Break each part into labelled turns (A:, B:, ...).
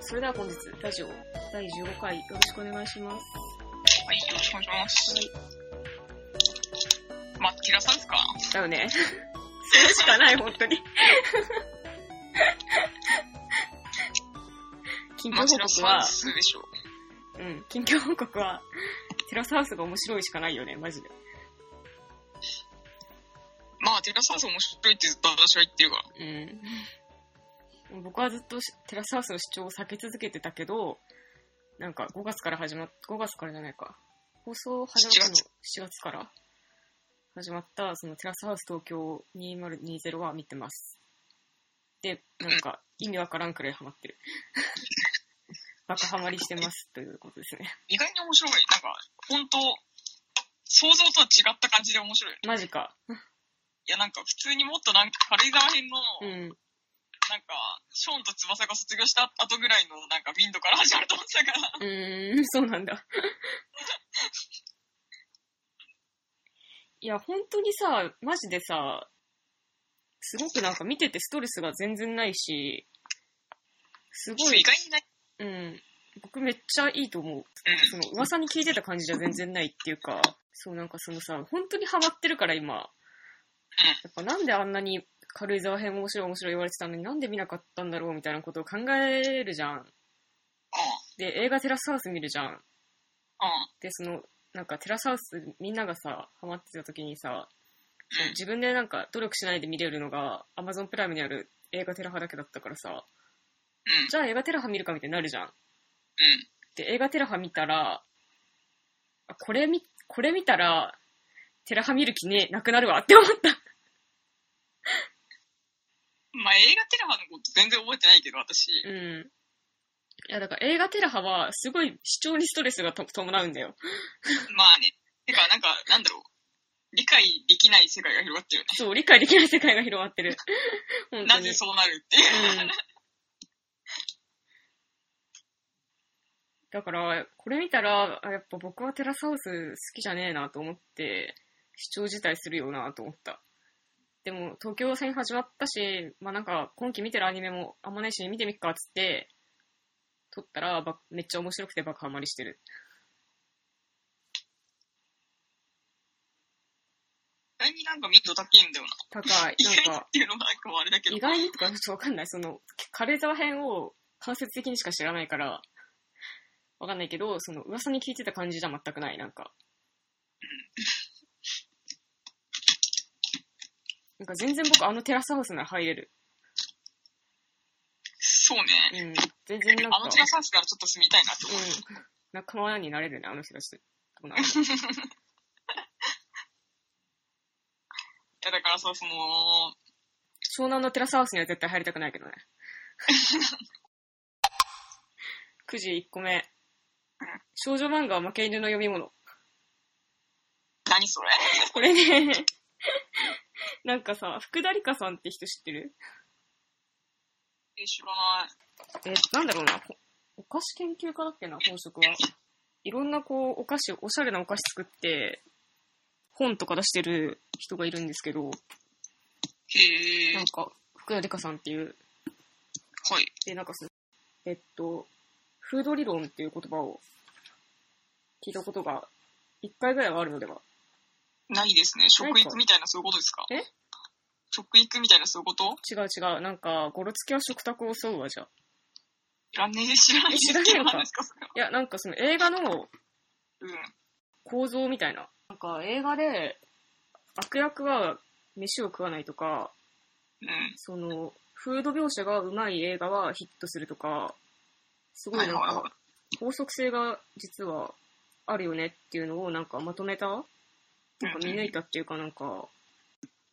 A: それでは本日、ラジオ第15回よろしくお願いします。
B: はい、よろしくお願いします。まあ、ティラさんですか
A: だよね。それしかない、本当に。近況
B: まあ、
A: 報
B: ティラ
A: 告
B: さん
A: は
B: で、すでしょ
A: う
B: う。
A: ん、近況報告は、テラスハウスが面白いしかないよね、マジで。
B: まあ、ティラさん面白いってずっと私は言ってるから。
A: うん。僕はずっとしテラスハウスの主張を避け続けてたけど、なんか5月から始まっ、5月からじゃないか。放送始まったの
B: 7
A: 7月から始まった、そのテラスハウス東京2020は見てます。で、なんか意味わからんくらいハマってる。バカハマりしてますということですね。
B: 意外に面白い。なんか、本当想像とは違った感じで面白い。
A: マジか。
B: いや、なんか、普通にもっとなんか、軽井沢編の、
A: うん。
B: なんか、ショーンと翼が卒業した後ぐらいの、なんか、ウィンドから始まると思ってたから。
A: うーん、 そうなんだ。いや、本当にさ、マジでさ、すごくなんか見ててストレスが全然ないし、すごい
B: 意、外にない。
A: うん、僕めっちゃいいと思う。
B: うん。
A: その噂に聞いてた感じじゃ全然ないっていうか、そうなんかそのさ、本当にハマってるから今。やっぱなんであんなに軽井沢編面白い面白い言われてたのになんで見なかったんだろうみたいなことを考えるじゃん。で、映画テラスハウス見るじゃん。
B: うん。
A: でそのなんかテラスハウスみんながさハマってた時にさその
B: うん
A: 自分でなんか努力しないで見れるのがアマゾンプライムにある映画テラハだけだったからさ
B: うん。
A: じゃあ映画テラハ見るかみたいになるじゃん
B: うん。
A: で映画テラハ見たらあこれ見これ見たらテラハ見る気ねなくなるわって思った
B: まあ、映画テラハのこと全然覚えてないけど、私。
A: うんいやだから映画テラハはすごい視聴にストレスがと伴うんだよ
B: まあね。てか、なんか、なんだろう。理解できない世界が広がってるよ
A: そう理解できない世界が広が ってる本
B: ね。
A: 当
B: な
A: に
B: ぜそうなるっていう。
A: だから、これ見たら、あやっぱ僕はテラスハウス好きじゃねえなと思って、視聴自体するよなと思った。でも、東京戦始まったし、まあなんか、今期見てるアニメもあんまないし、見てみっかっつって、撮ったらば、めっちゃ面白くて爆ハマりしてる。
B: 意外になんか密度高いんだよな。
A: 高い。
B: 意
A: なん
B: 外に
A: か
B: っ、ていうのもなんかあれだけど。
A: 意外にとかちょっとわかんない。その、軽井沢編を間接的にしか知らないから、わかんないけど、その、噂に聞いてた感じじゃ全くない、なんか。なんか全然僕あのテラスハウスなら入れる。
B: そうね。
A: うん。全然なんか、
B: あのテラサウスからちょっと住みたいなと
A: う
B: 思う。
A: ん。仲間になれるね、あの人たちと。ない
B: や、だからさ、その、
A: 湘南のテラスハウスには絶対入りたくないけど ね。9時1個目。少女漫画は負け犬の読み物。
B: 何それ
A: これね、 なんかさ、福田理香さんって人知ってる
B: え、知らない。
A: え、なんだろうな、ほお菓子研究家だっけな、本職は。いろんなこう、お菓子、おしゃれなお菓子作って、本とか出してる人がいるんですけど、
B: へえ。
A: なんか、福田理香さんっていう、
B: はい。
A: で、なんかそのえっと、フード理論っていう言葉を聞いたことが、一回ぐらいはあるのでは。
B: ないですね。
A: な
B: 食
A: いか
B: 育みたいなそういうことですか
A: え
B: 食育みたいなそういうこと
A: 違う違う、なんか、ゴロつきは食卓を襲うわ、じゃあ。
B: いらねえ、知らない。
A: え知らねえのか
B: 何ですか、それは。
A: いや、なんかその映画の
B: うん。
A: 構造みたいな。なんか映画で、悪役は飯を食わないとか、
B: うん。
A: その、フード描写がうまい映画はヒットするとか、すごいなん
B: はいは
A: か
B: いは、
A: 法則性が実はあるよねっていうのをなんかまとめたなんか見抜いたっていうかなんか、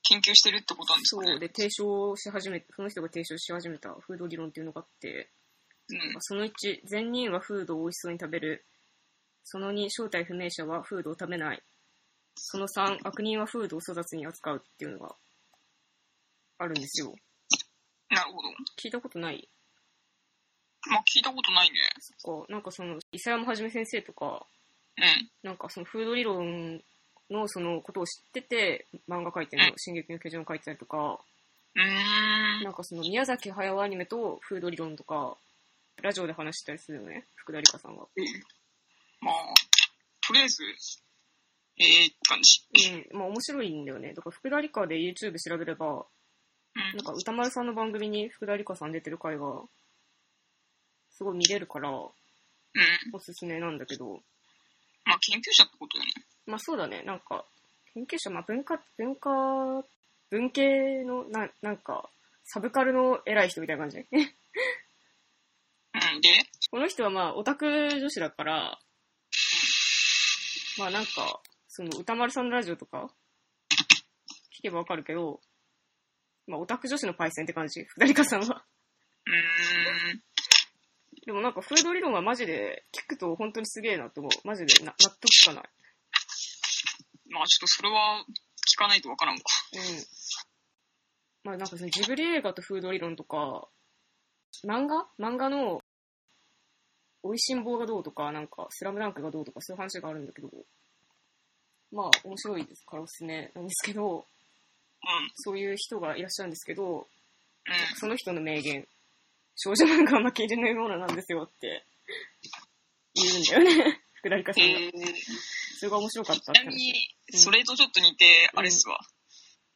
B: 研究してるってことなんです
A: そ
B: かね。
A: うで提唱し始め、その人が提唱し始めたフード理論っていうのがあって、
B: うん。
A: その1、善人はフードを美味しそうに食べる。その2、正体不明者はフードを食べない。その3、悪人はフードを粗雑に扱うっていうのがあるんですよ。
B: なるほど。
A: 聞いたことない
B: まあ、聞いたことないね。
A: そっか、なんかその、伊佐山はじめ先生とか、
B: うん。
A: なんかそのフード理論のそのことを知ってて、漫画書いてるの、進撃の巨人を書いてたりとか、
B: うーん。
A: なんかその宮崎駿アニメとフード理論とか、ラジオで話したりするよね、福田理香さんは。
B: まあ、とりあえず、ええって感じ。
A: うん、まあ面白いんだよね。だから福田理香で YouTube 調べれば、
B: うん
A: なんか歌丸さんの番組に福田理香さん出てる回が、すごい見れるから、お
B: うん。
A: すすめなんだけど、
B: まあ、研究者ってことだよね。
A: まあそうだね、なんか、研究者、まあ文化、文化、文系の、ななんか、サブカルの偉い人みたいな感じ。
B: うん。で、
A: この人はまあオタク女子だから、まあなんか、その歌丸さんのラジオとか、聞けばわかるけど、まあオタク女子のパイセンって感じ、福田理香さんは。
B: うーん。
A: でもなんかフード理論はマジで聞くと本当にすげえなと思う。マジでな納得つかない。
B: まあ、ちょっとそれは聞かないとわからんわ。
A: うん。まあなんかそのジブリ映画とフード理論とか、漫画漫画の、美味しん坊がどうとか、なんか、スラムダンクがどうとか、そういう話があるんだけど、まあ、面白いですからおすすめなんですけど、
B: うん。
A: そういう人がいらっしゃるんですけど、
B: うん。
A: その人の名言、少女漫画は負け入れないものなんですよって、言うんだよね。 福田理香さんが。
B: えー、
A: それが面白かったっ
B: ち
A: て
B: なみ
A: 話。
B: に、
A: うん
B: それとちょっと似て、
A: うん
B: あれっすわ。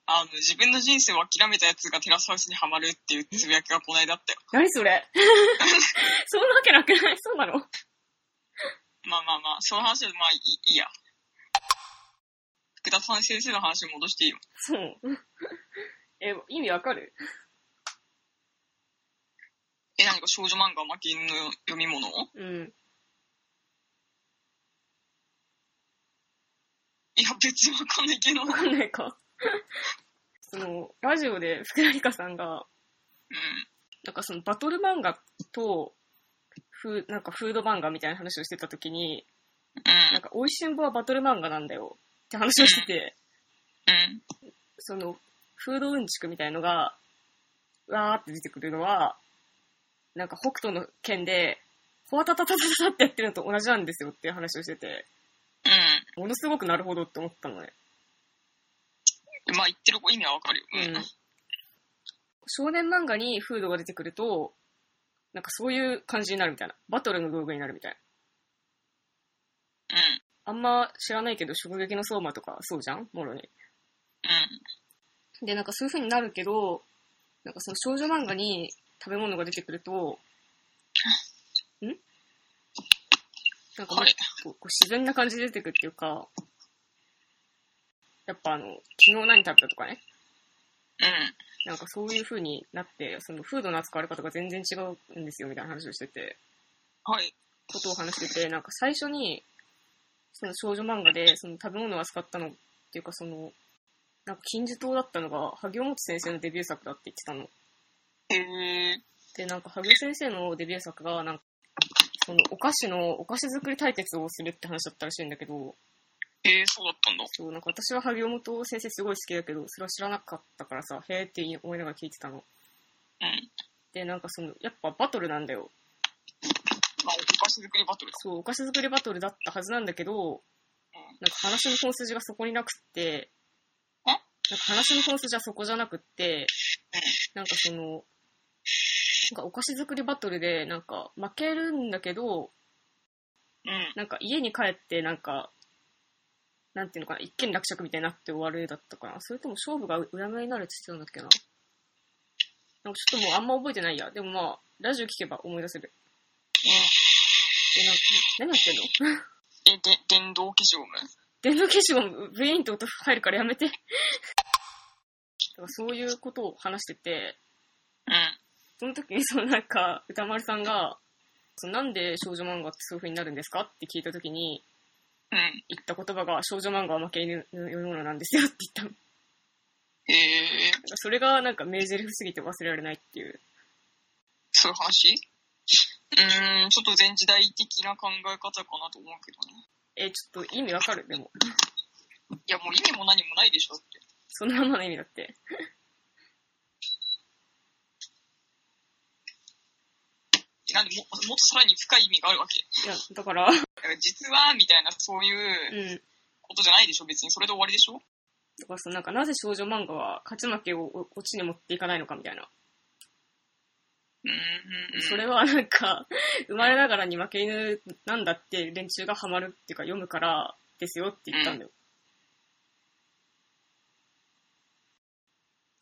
B: あの、自分の人生を諦めたやつがテラスハウスにはまるっていうつぶやきがこないだったよ。
A: 何それ そんなわけなくないそうなの
B: まあまあまあ、その話はまあいいいいや。福田さん先生の話に戻していいよ。
A: そう。 え、意味わかる
B: え、なんか少女漫画負け犬の読み物
A: うん。
B: いや、別にわかんない けど。うん。
A: わかんないか。 その、ラジオで福田理香さんが、なんかそのバトル漫画と、フーなんかフード漫画みたいな話をしてた時に、
B: う
A: なんか、おいしんぼはバトル漫画なんだよって話をしてて、
B: ん。うん。
A: その、フードうんちくみたいのが、わーって出てくるのは、なんか北斗の剣で、ほわたたたたたってやってるのと同じなんですよっていう話をしてて、
B: う
A: ものすごくなるほどって思ったのね。
B: ん。まあ言ってる意味はわかるよ。うん。
A: うん少年漫画にフードが出てくると、なんかそういう感じになるみたいな。バトルの道具になるみたいな。
B: うん。
A: あんま知らないけど、食撃の相馬とかそうじゃんもろに。
B: うん。
A: で、なんかそういう風になるけど、なんかその少女漫画に食べ物が出てくると、んなんかもっとこう自然な感じで出てくるっていうか、やっぱあの、昨日何食べたとかね、
B: うん。
A: なんかそういう風になって、そのフードの扱われ方が全然違うんですよみたいな話をしてて、
B: はい。
A: ことを話してて、なんか最初に、その少女漫画で、その食べ物を扱ったのっていうか、その、なんか金字塔だったのが、萩尾本先生のデビュー作だって言ってたの。
B: へえ。
A: で、なんか萩尾先生のデビュー作が、なんか、そのお菓子の、お菓子作り対決をするって話だったらしいんだけど、
B: へえ、そうだったんだ。
A: そう、なんか私は萩尾本先生すごい好きだけど、それは知らなかったからさ、へーって思いながら聞いてたの。
B: うん。
A: で、なんかその、やっぱバトルなんだよ。
B: まあ、お菓子作りバトルだ。
A: そう、お菓子作りバトルだったはずなんだけど、
B: うん
A: なんか話の本筋がそこになくって、
B: え
A: なんか話の本筋はそこじゃなくって、なんかその、なんかお菓子作りバトルで、なんか負けるんだけど、
B: うん。
A: なんか家に帰って、なんか、なんていうのかな、一見落着みたいになって終わるだったかな。それとも勝負が裏目になるって言ってたんだっけな。なんかちょっともうあんま覚えてないや。でもまあ、ラジオ聞けば思い出せる。え、なんか、何やってんの
B: え、で、電動消しゴム
A: 電動消しゴム、ブイーンって音入るからやめて。だからそういうことを話してて、
B: うん。
A: その時にそのなんか、歌丸さんが、そのなんで少女漫画ってそういう風になるんですかって聞いた時に、
B: うん。
A: 言った言葉が少女漫画は負け犬の世のものなんですよって言ったの。だか
B: へえ。
A: らそれがなんか名台詞すぎて忘れられないっていう。
B: そういう話うーん、ちょっと全時代的な考え方かなと思うけどね。
A: え、ちょっと意味わかるでも。
B: いや、もう意味も何もないでしょって。
A: そのままの意味だって。
B: なんでも、もっとさらに深い意味があるわけ。
A: いや、だから、う。
B: だから実は、みたいな、そういうんことじゃないでしょ、別に。それで終わりでしょ
A: だからそのなんかなぜ少女漫画は勝ち負けを落ちに持っていかないのかみたいな。
B: うんうんうん。
A: それはなんか、生まれながらに負け犬なんだって連中がハマるっていうか読むからですよって言ったんだよ。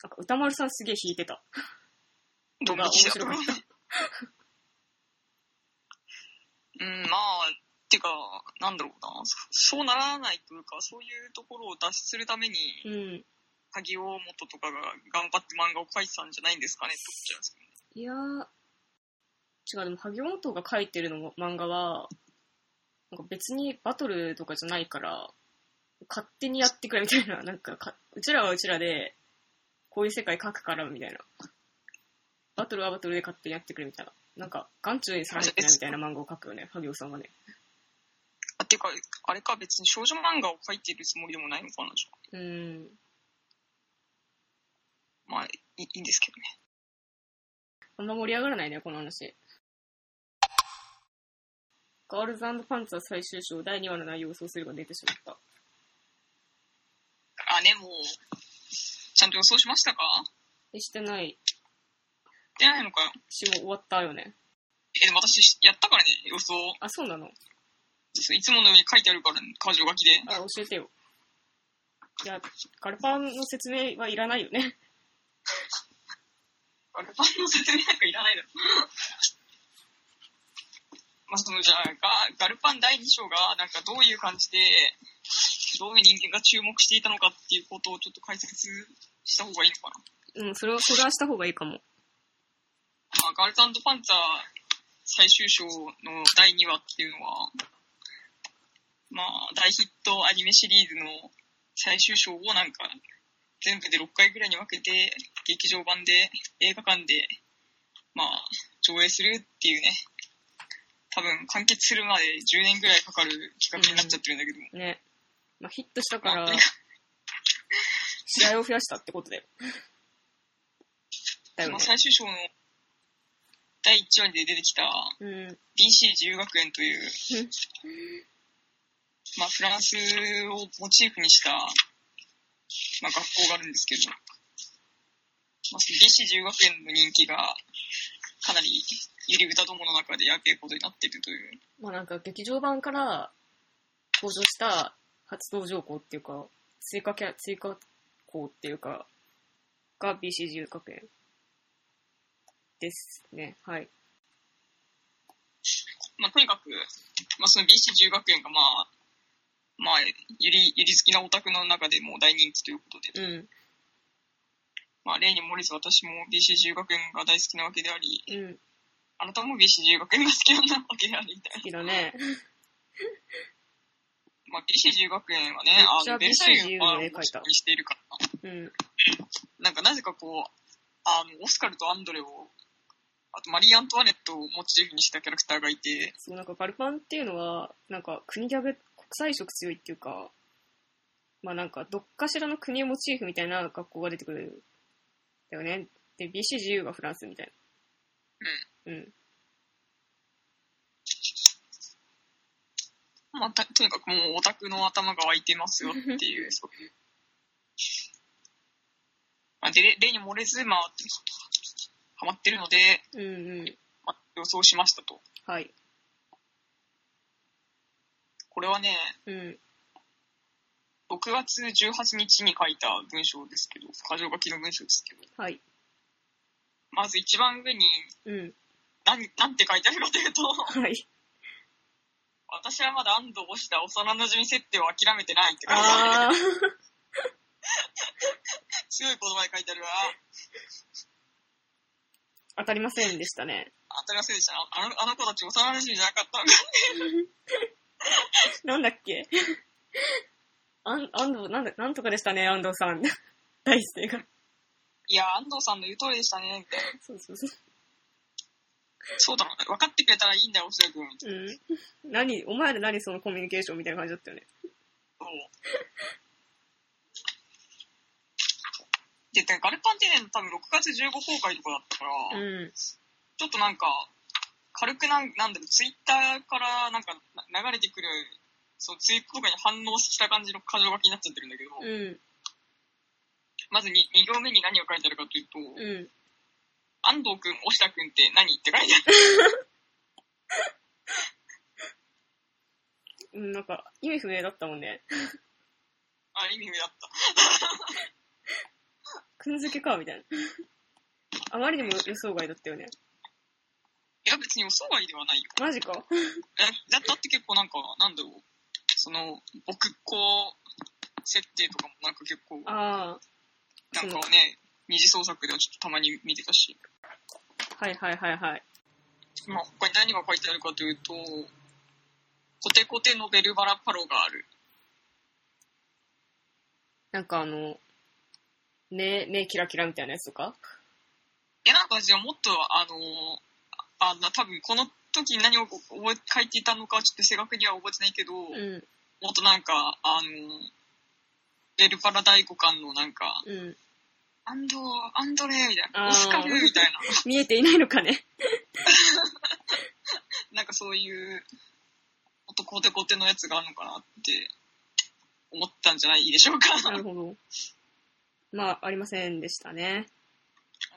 A: なんか歌丸さんすげえ弾いてた。
B: ドン引きだったからね。 うん、まあ、てか、なんだろうな、そそうならないというか、そういうところを脱出するために、
A: うん。
B: 鍵尾元とかが頑張って漫画を描いてたんじゃないんですかねって思っちゃうんですけどね。
A: いやー、違う、でも萩本が書いてるの漫画は、なんか別にバトルとかじゃないから、勝手にやってくれみたいな、 なんかか、うちらはうちらで、こういう世界書くからみたいな。バトルはバトルで勝手にやってくれみたいな。なんか、眼中にさられてないみたいな漫画を書くよね、萩尾さんはね。
B: あ、てか、あれか、別に少女漫画を描いてるつもりでもないのかな、じゃ
A: うーん。
B: あまあ、いいいいんですけどね。
A: あんま盛り上がらないね、この話。ガールズパンツァー最終章第2話の内容をそうすれば出てしまった。
B: あ、ね、もう、ちゃんと予想しましたか
A: え、してない。
B: 出ないのかよ。
A: しも終わったよね。
B: え、でも私し、やったからね、予想。
A: あ、そうなの
B: そういつものように書いてあるから、箇条書きで。
A: あ、教えてよ。いや、ガルパンの説明はいらないよね。
B: あれ、パンの説明なんかいらないだろ。まあ、その、じゃあ、ガガルパン第2章が、なんかどういう感じで、どういう人間が注目していたのかっていうことをちょっと解説した方がいいのかな。
A: うん、それを相談した方がいいかも。
B: まあ、ガールズパンツァー最終章の第2話っていうのは、まあ、大ヒットアニメシリーズの最終章をなんか、全部で6回ぐらいに分けて、劇場版で、映画館で、まあ、上映するっていうね、多分完結するまで10年ぐらいかかる企画になっちゃってるんだけども、
A: ね。まあ、ヒットしたか
B: まあ
A: ら
B: とに、
A: 試合を増やしたってことだよ。だよ
B: ま
A: ね
B: あ、。最終章の第1話で出てきた、
A: うん。
B: BC 自由学園という
A: うん、
B: まあ、フランスをモチーフにした、まあ、学校があるんですけど、まあ、その BC 自由学園の人気が、かなり、ゆり豚どもの中でやべえことになっているという。
A: まあ、なんか劇場版から登場した初登場校っていうか、追加キャ、追加校っていうか、が BCG 学園ですね。はい。
B: まあ、とにかく、まあ、その BC 自由学園が、まあ、まあ、ゆり、ゆり好きなオタクの中でもう大人気ということで、
A: うん。
B: まあ、例に漏れず私も BC 自由学園が大好きなわけであり、
A: うん。
B: あなたも BC 自由学園が好きなわけであり、みたい
A: 好。
B: な
A: きだね。
B: まあ、BC 自由学園はね、
A: め
B: あ
A: っちゃ
B: の、ベルサイユ
A: BC
B: は
A: の絵描いた
B: にしているから、
A: うん。
B: なんかなぜかこう、あの、オスカルとアンドレを、あとマリー・アントワネットをモチーフにしたキャラクターがいて、
A: そう、なんかガルパンっていうのは、なんか国ギャグ、国際色強いっていうか、まあなんかどっかしらの国をモチーフみたいな学校が出てくる。だよね。で、BCGU がフランスみたいな。うん。
B: まあ、たとにかくもうオタクの頭が湧いてますよって いう、そういう。まあ、で、例例に漏れず、まあ、ハマってるので、
A: うん。うんうん。
B: まあ、予想しましたと。
A: はい。
B: これはね、
A: うん。
B: 6月18日に書いた文章ですけど、箇条書きの文章ですけど、
A: はい。
B: まず一番上に
A: うん。
B: 何、なんて書いてあるかというと、
A: はい。
B: 私はまだ安藤をした幼馴染設定を諦めてないって書いて
A: あ
B: ある。
A: ー。
B: 強い言葉で書いてあるわ。
A: 当たりませんでしたね。
B: 当たりませんでした。あのあの子たち幼馴染じゃなかったのか。
A: なんだっけ あん、安藤、なんだ、なんとかでしたね、安藤さん。 大一声が。
B: いや、安藤さんの言う通りでしたね。みたいな
A: そうそうそう。
B: そうだろうね。分かってくれたらいいんだよ、おそらく。みたいな
A: うん。何、お前ら何そのコミュニケーションみたいな感じだったよね。
B: そうで、だからガルパンティネの多分6月15公開とかだったから、
A: うん。
B: ちょっとなんか、軽くなん、なんだろう、ツイッターからなんかな流れてくる、そう、ツイートとかに反応した感じの箇条書きになっちゃってるんだけど、
A: うん。
B: まず 2, 行目に何が書いてあるかというと、
A: うん。
B: 安藤くん、押田くんって何って書いてある。
A: うん、なんか、意味不明だったもんね。
B: あ、意味不明だった。
A: くんづけか、みたいな。あまりにも予想外だったよね。
B: いや、別に予想外ではないよ。
A: マジか。
B: えだだって結構なんか、なんだろう。その、僕っ子設定とかもなんか結構、
A: あ
B: なんかね、二次創作ではちょっとたまに見てたし。
A: あ、はいはいはいはい。
B: まあ、他に何が書いてあるかというと、コテコテのベルバラパロがある。
A: なんかあの、目、目キラキラみたいなやつとか
B: いや、なんかじゃあもっと、あのあんな、多分この時何を覚え書いていたのかはちょっと正確には覚えてないけど、
A: う
B: も
A: ん、
B: っとなんか、あのベルバラ大五感のなんか、
A: うん。
B: アンド、アンドレーみたい
A: あー
B: な、オスカルみたいな。
A: 見えていないのかね。
B: なんかそういう、もっとコテコテのやつがあるのかなって思ったんじゃないでしょうか。
A: なるほど。まあ、ありませんでしたね。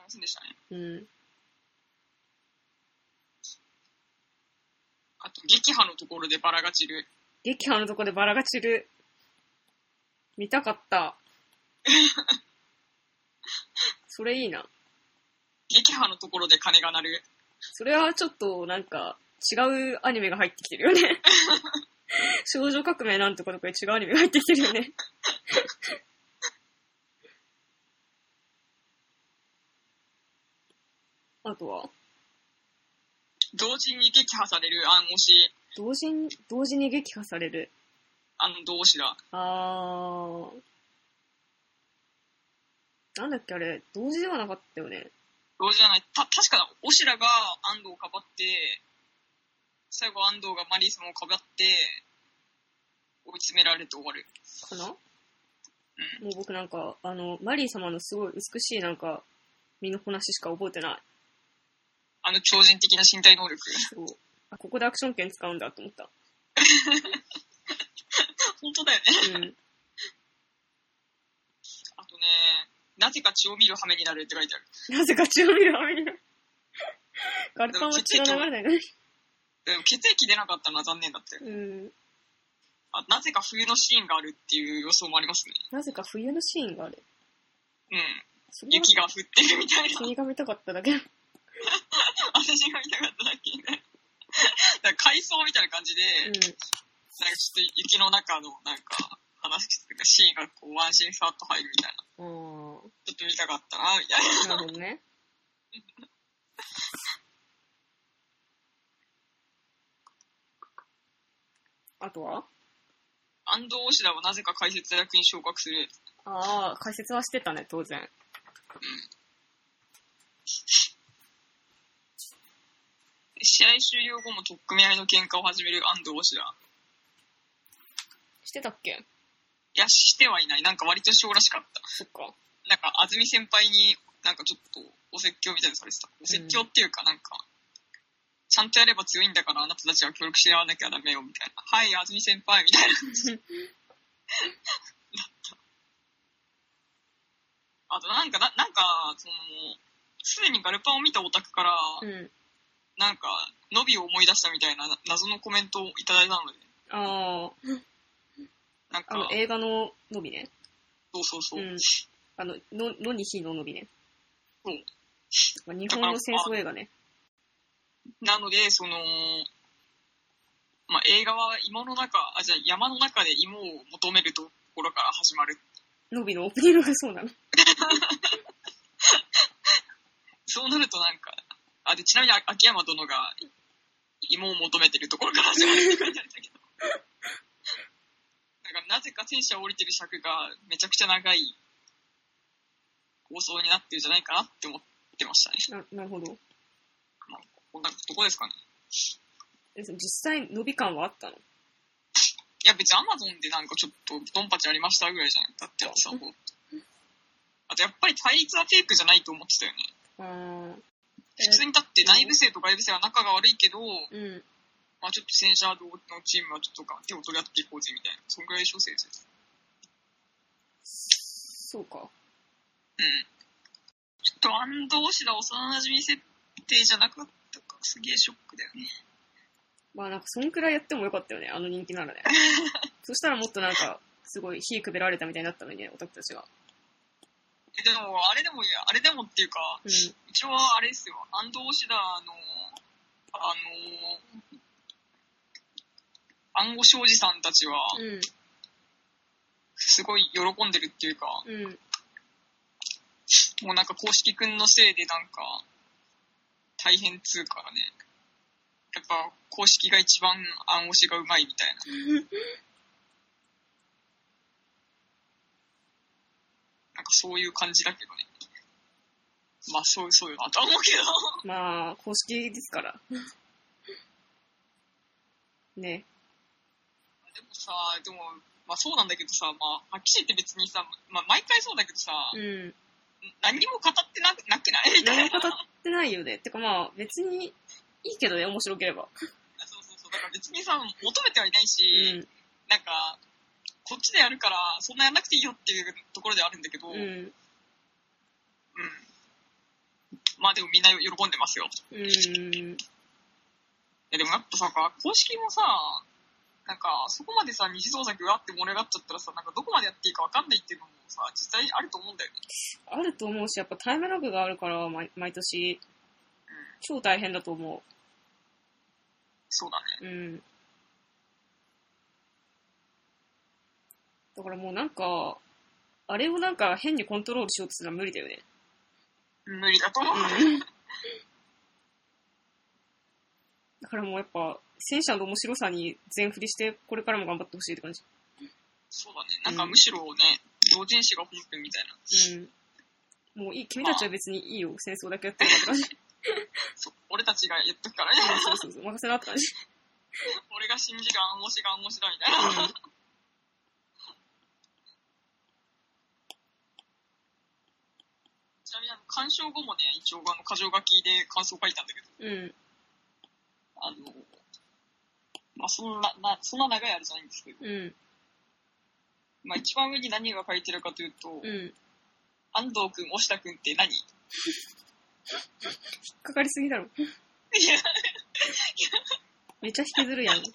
B: そうでしたね。
A: うん。
B: あと、撃破のところでバラが散る。
A: 撃破のとこでバラが散る。見たかった。それいいな。
B: 撃破のところで鐘が鳴る。
A: それはちょっと、なんか、違うアニメが入ってきてるよね。少女革命なんとかとかで違うアニメが入ってきてるよね。あとは
B: 同時に撃破される暗押し、
A: 同時に、同時に撃破される。
B: あの同士だ。
A: あー。なんだっけあれ、同時ではなかったよね。
B: 同時じゃない。た、確か、オシラが安藤をかばって、最後安藤がマリスモをかばって、追い詰められて終わる。
A: かなもう僕なんか、あの、マリー様のすごい美しいなんか、身のこなししか覚えてない。
B: あの超人的な身体能力。
A: そう。あ、ここでアクション券使うんだと思った。
B: 本当だよね。
A: うん。
B: あとね、なぜか血を見る羽目になるって書いてある。
A: なぜか血を見る雨になる。ガルパンは血が流れないのに。
B: でも血液出なかったのは残念だったよ。
A: うん。
B: あなぜか冬のシーンがあるっていう予想もありますね。
A: なぜか冬のシーンがある。
B: うん。
A: それは
B: 雪が降ってるみたいな。
A: 君が見たかっただけ。
B: 私が見たかっただけね。だから海藻みたいな感じで、
A: う
B: なんかちょっと雪の中のなんか話とかシーンがこうワンシーンさっと入るみたいな。
A: ん。あ
B: ちょっと見たかったな、みたいな。
A: あ。なるほどね。あとは
B: 安藤オシダはなぜか解説役に昇格する。
A: ああ、解説はしてたね、当然。
B: 試合終了後も取っ組み合いの喧嘩を始める安藤オシダ。
A: してたっけ
B: いや、してはいない。なんか割と小らしかった。
A: そっか。
B: なんか、安住先輩に、なんかちょっと、お説教みたいにされてた。お説教っていうか、なんか、ちゃんとやれば強いんだから、あなたたちは協力し合わなきゃダメよ、みたいな。はい、安住先輩、みた いな感じ。だった。あと、なんか、ななんか、その、すでにガルパンを見たオタクから、
A: うん。
B: なんか、のびを思い出したみたいなな謎のコメントをいただいたので、
A: ああ、
B: なん
A: あ
B: か
A: の、、映画ののびね。
B: そうそうそうう。
A: ん。あの、の、のにひののびね。
B: うん
A: まあ日本の戦争映画ね。
B: なので、その、まあ、映画は芋の中、あ、じゃあ山の中で芋を求めるところから始まる。
A: のびのオープニングがそうなの。
B: そうなるとなんか、あ、で、ちなみにあ秋山殿が芋を求めてるところから始まるって書いてあったけど。 なんか、なぜか戦車を降りてる尺がめちゃくちゃ長い放送になってるんじゃないかなって思ってましたね。
A: ななるほど。
B: まあ、こんなとこですかね。
A: で実際、のび感はあったの
B: いや、別にアマゾンでなんかちょっとドンパチありましたぐらいじゃん。だってさ、もうあとやっぱり対立はフェイクじゃないと思ってたよ
A: あ
B: ね。
A: あ。
B: 普通にだって内部生と外部生は仲が悪いけど、
A: うん。
B: まあちょっと戦車道のチームはちょっとか手を取り合っていこうぜみたいな。そんぐらいでしょ、先生。
A: そうか。
B: うん。ちょっと安藤氏だ、幼馴染設定じゃなかったか、すげえショックだよね。
A: まあなんかそんくらいやってもよかったよね、あの人気な らね。そしたらもっとなんか、すごい火くべられたみたいになったのにね、オタクたちが。
B: えでも、あれでもいや、あれでもっていうか、
A: うん。
B: 一応あれですよ、安藤氏だ、あの、あの、暗号商事さんたちは、
A: うん。
B: すごい喜んでるっていうか、
A: うん。
B: もうなんか公式くんのせいでなんか、大変っつうからね。やっぱ、公式が一番暗押しがうまいみたいな。なんかそういう感じだけどね。まあそうそうよなとは思うけど。
A: まあ、公式です から。ね。
B: でもさ、でも、まあそうなんだけどさ、まあ、はっきり言って別にさ、まあ毎回そうだけどさ、
A: うん。
B: 何にも語ってなくなくないみた
A: 何
B: いな。
A: も語ってないよね。てかまあ、別にいいけどね、面白ければ。
B: そうそうそう。だから別にさ、求めてはいないうし、
A: ん。
B: なんか、こっちでやるから、そんなやんなくていいよっていうところではあるんだけど、
A: うん。
B: うんまあでもみんな喜んでますよ。い
A: うん。
B: やでもやっぱさ、公式もさ、なんかそこまでさ、二次創作があって盛り上がっちゃったらさ、なんかどこまでやっていいかわかんないっていうのもさ、実際あると思うんだよね。
A: あると思うし、やっぱタイムラグがあるから、毎毎年、超大変だと思
B: そうだね。
A: う。うん。だからもうなんか、あれをなんか変にコントロールしようとするのは無理だよね。
B: 無理だと思う。
A: うん。だからもうやっぱ、戦車の面白さに全振りして、これからも頑張ってほしいって感じ。
B: そうだね。なんかむしろね、同人誌が本編みたいな。
A: うん。もういい、君たちは別にいいよ、戦争だけやってるからって感じ。
B: そう俺たちが言っとくからね。
A: そうそうそう、任せなって感じ。
B: 俺が信じる暗号しが暗号しだみたいな。 ちなみにあの、鑑賞後もね、一応あの、箇条書きで感想書いたんだけど、
A: うん。
B: あの、まあ、そんな、な、そんな長いあれじゃないんですけど、
A: うん。
B: まあ、一番上に何が書いてるかというと、
A: うん。引
B: 安藤くん、押田くんって何い
A: っかかりすぎだろ。
B: や、い
A: めっちゃ引きずるやん。
B: や、で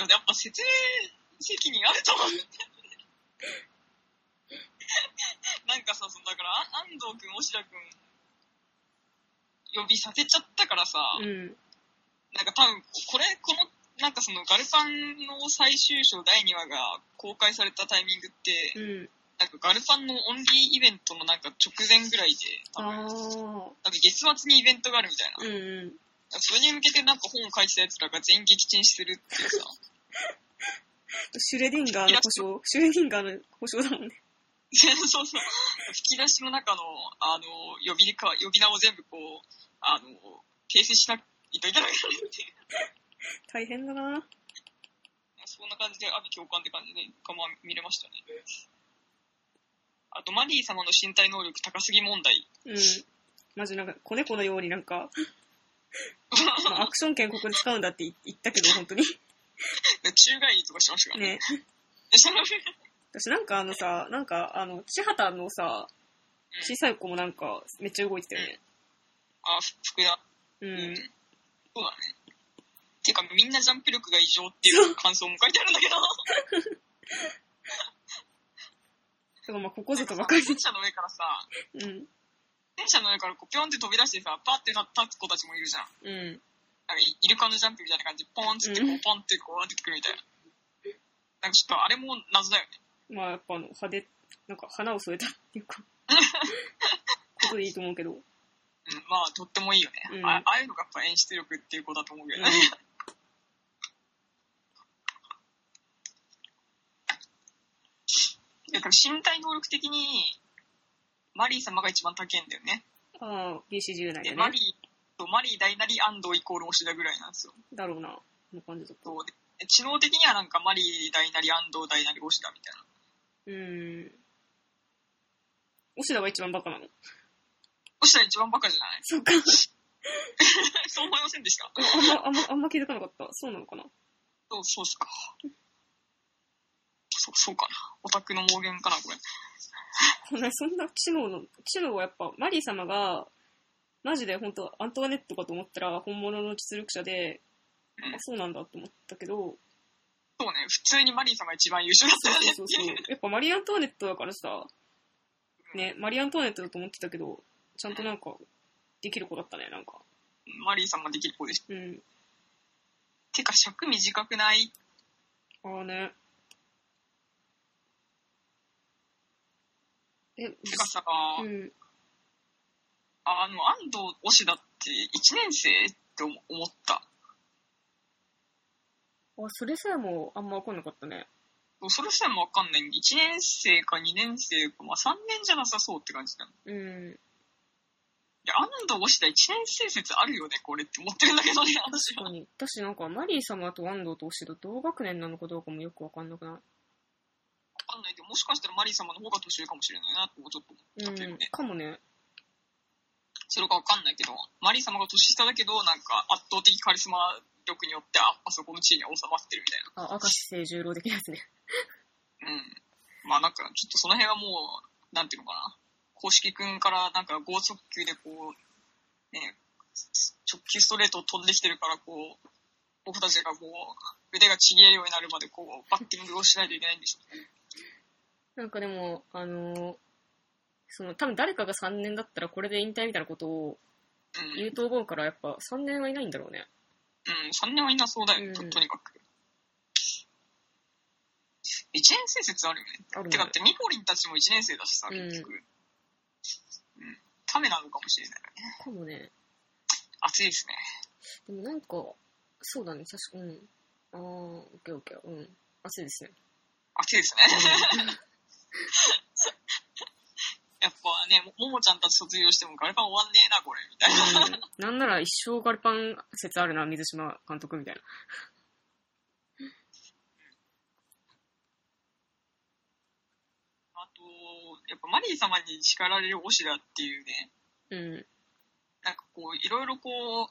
B: もやっぱ説明責任あると思う。なんかさ、そのだから、あ安藤くん、押田くん、呼びさせちゃったからさ、
A: うん。
B: なんか多分、これ、この、なんかその、ガルパンの最終章第2話が公開されたタイミングって、
A: うん。
B: なんかガルパンのオンリーイベントのなんか直前ぐらいで、多分、
A: あ
B: なんか月末にイベントがあるみたい
A: ー。う
B: な。
A: んうん。
B: それに向けてなんか本を書いてた奴らが全員撃沈してるっていうさ、
A: シュレディンガーの故障。シュレディンガーの故障だもんね。
B: そうそう、吹き出しの中の、あの、呼びか、呼び名を全部こう、あの、訂正しなきゃいけ ないからっていう。
A: 大変だな。
B: そんな感じで、阿ビ共感って感じで、かまあ見れましたね。あと、マリー様の身体能力高すぎ問題。
A: うん。マジなんか、子猫のようになんか、 まあアクション券ここで使うんだって言言ったけど、本当 に。
B: 宙返りとかしましたからね。
A: ね。
B: でその
A: 私なんかあのさ、なんかあの、千畑のさ、小さい子もなんか、めっちゃ動いてたよね。
B: あ、福田。
A: うん。
B: そうだね。てか、みんなジャンプ力が異常っていう感想も書いてある んだけど。
A: だからまあ、ここぞとばかり
B: 電車の上からさ、
A: うん。
B: 電車の上からこうピョンって飛び出してさ、パーって立つ子たちもいるじゃん。
A: うん。
B: なんかイイルカのジャンプみたいな感じで、ポンってってこ
A: う
B: う、ポンってこう、出てくるみたいな。なんかちょっとあれも謎だよね。
A: まあやっぱあの派手、なんか花を添えたっていう か、ことでいいと思うけど。
B: うん、まあ、とってもいいよね。
A: うん
B: あああいうのがやっぱ演出力っていう子だと思うけどね。
A: うん
B: だから身体能力的に、マリー様が一番高いんだよね。
A: ああ、BCG 内
B: で、
A: で
B: マ
A: ね
B: リ。ー、マリー大なり安藤イコール押田ぐらいなんですよ。
A: だろうな、この感じだと。
B: そうで知能的にはなんかマリー大なり安藤大なり押田みたいな。
A: うーん。オシダが一番バカなの。
B: 押田一番バカじゃない
A: そうか。
B: そう思いませんでした。
A: あんま、あんま、あんま気づかなかった。そうなのかな。
B: そう、そうっすか。そ、そうかな。オタクの妄言かな、これ。
A: そんな、そんな知能の、知能はやっぱ、マリー様が、マジで本当アントワネットかと思ったら、本物の実力者で、
B: うん
A: あ、そうなんだと思ったけど、
B: そうね、普通にマリー様が一番優秀だった
A: そう
B: よね。
A: そう そう。やっぱマリーアントワネットだからさ、ね、マリーアントワネットだと思ってたけど、ちゃんとなんか、できる子だったね、なんか。
B: マリー様できる子でし
A: うん。
B: た。てか、尺短くない
A: ああね。え、う
B: てかさ、
A: ん。
B: あの、安藤推しだって1年生って思思った。
A: あ、それさえもあんま分かんなかったね。
B: それさえもわかんない。1年生か2年生か、まあ3年じゃなさそうって感じだよ。
A: うん。
B: いや、安藤推しだ1年生説あるよね、これって思ってるんだけどね、私
A: 確
B: は。
A: かに。私なんか、マリー様と安藤とシド同学年なのかどうかもよくわかんなくな
B: わかんないけど、もしかしたらマリー様の方が年上かもしれないな、とちょっと思
A: い。
B: ったけ
A: う
B: ど
A: ん
B: ね。。
A: かもね。
B: それかわかんないけど、マリー様が年下だけど、なんか圧倒的カリスマ力によって、あ、あそこの地位に収まってるみたいな。
A: あ、明石誠十郎的なやつね。
B: うん。まあなんか、ちょっとその辺はもう、なんていうのかな。公式くんからなんか剛速球でこう、ね、直球ストレートを飛んできてるから、こう、僕たちがこう、腕がちぎれるようになるまでこう、バッティングをしないといけないんでしょ。
A: なんかでも、あのーその、多分誰かが3年だったらこれで引退みたいなことを
B: うん。う
A: 言うと思うから、やっぱ3年はいないんだろうね。
B: ん、3年はいなそうだよね、と
A: うん
B: とにかく。1年生説あるよね。
A: ある
B: て
A: ね
B: かって、ミポリンたちも1年生だしさ、
A: うん
B: 結局。うん。ためなのかもしれない。
A: かもね。
B: 暑いですね。
A: でもなんか、そうだね、確かうん。あー、オッケーオッケー。うん。暑いですね。
B: 暑いですね。やっぱね、もももちゃんたち卒業してもガルパン終わんねえな、これ、みたいな。
A: うん、なんなら一生ガルパン説あるな、水島監督みたいな。
B: あと、やっぱマリー様に叱られるオシラっていうね、
A: うん。
B: なんかこう、いろいろこう、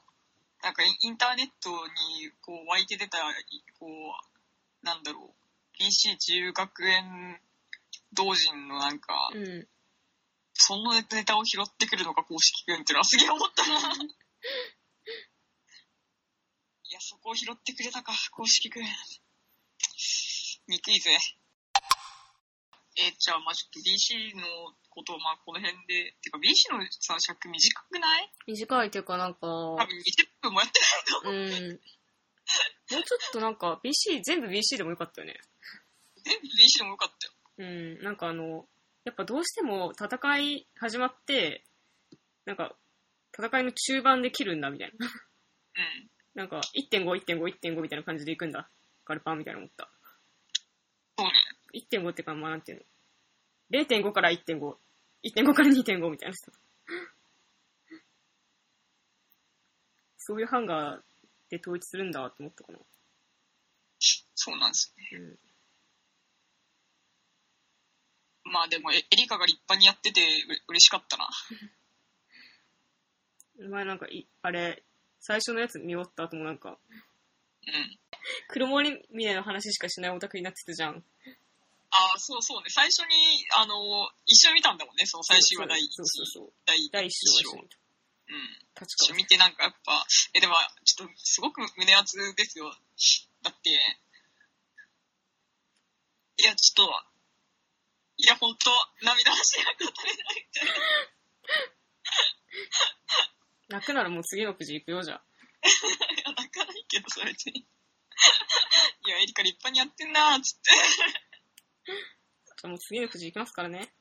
B: なんかインインターネットにこう湧いて出た、こう、なんだろう、PC 自由学園同人のなんか、
A: うん。
B: そのネタを拾ってくるのが公式くんってのはすげえ思った な。いや、そこを拾ってくれたか、公式くん。憎いぜ。えーじゃあ、まあちょっと BC のことを、まあこの辺で。てか、BC のさ、尺短くない
A: 短いというかなんか、
B: 多分20分もやってない。
A: うん。もうちょっとなんか、BC、全部 BC でもよかったよね。
B: 全部 BC でもよかったよ。
A: うん、なんかあの、やっぱどうしても戦い始まって、なんか、戦いの中盤で切るんだみたいな。
B: うん。
A: なんか、1.5、1.5、1.5みたいな感じでいくんだ。ガルパンみたいな思った。
B: そうね。
A: 1.5ってか、まあなんていうの。0.5から1.5。1.5から2.5みたいなさ。 そういうハンガーで統一するんだと思ったかな。
B: そうなんですね。
A: うん
B: まあでも、えエリカが立派にやっててうれ嬉しかったな。
A: 前なんかい、あれ、最初のやつ見終わった後もなんか、
B: うん。
A: 黒森峰の話しかしないオタクになってたじゃん。
B: ああ、そうそうね。最初に、あの一緒に見たんだもんね。その最終話第一
A: そうそうそう。
B: 第一
A: 第一章
B: 章。
A: は
B: うん。一緒
A: 確
B: に
A: か
B: 見てなんかやっぱ、え、でも、ちょっと、すごく胸熱ですよ。だって、いや、ちょっと、いや、ほんと、涙しなくなれないみたいな。
A: 泣くならもう次のくじ行くよ、じゃあ。
B: いや、泣かないけど、それ別に。 いや、エリカ立派にやってんなーっつっ
A: じ
B: て。
A: ゃあもう次のくじ行きますからね。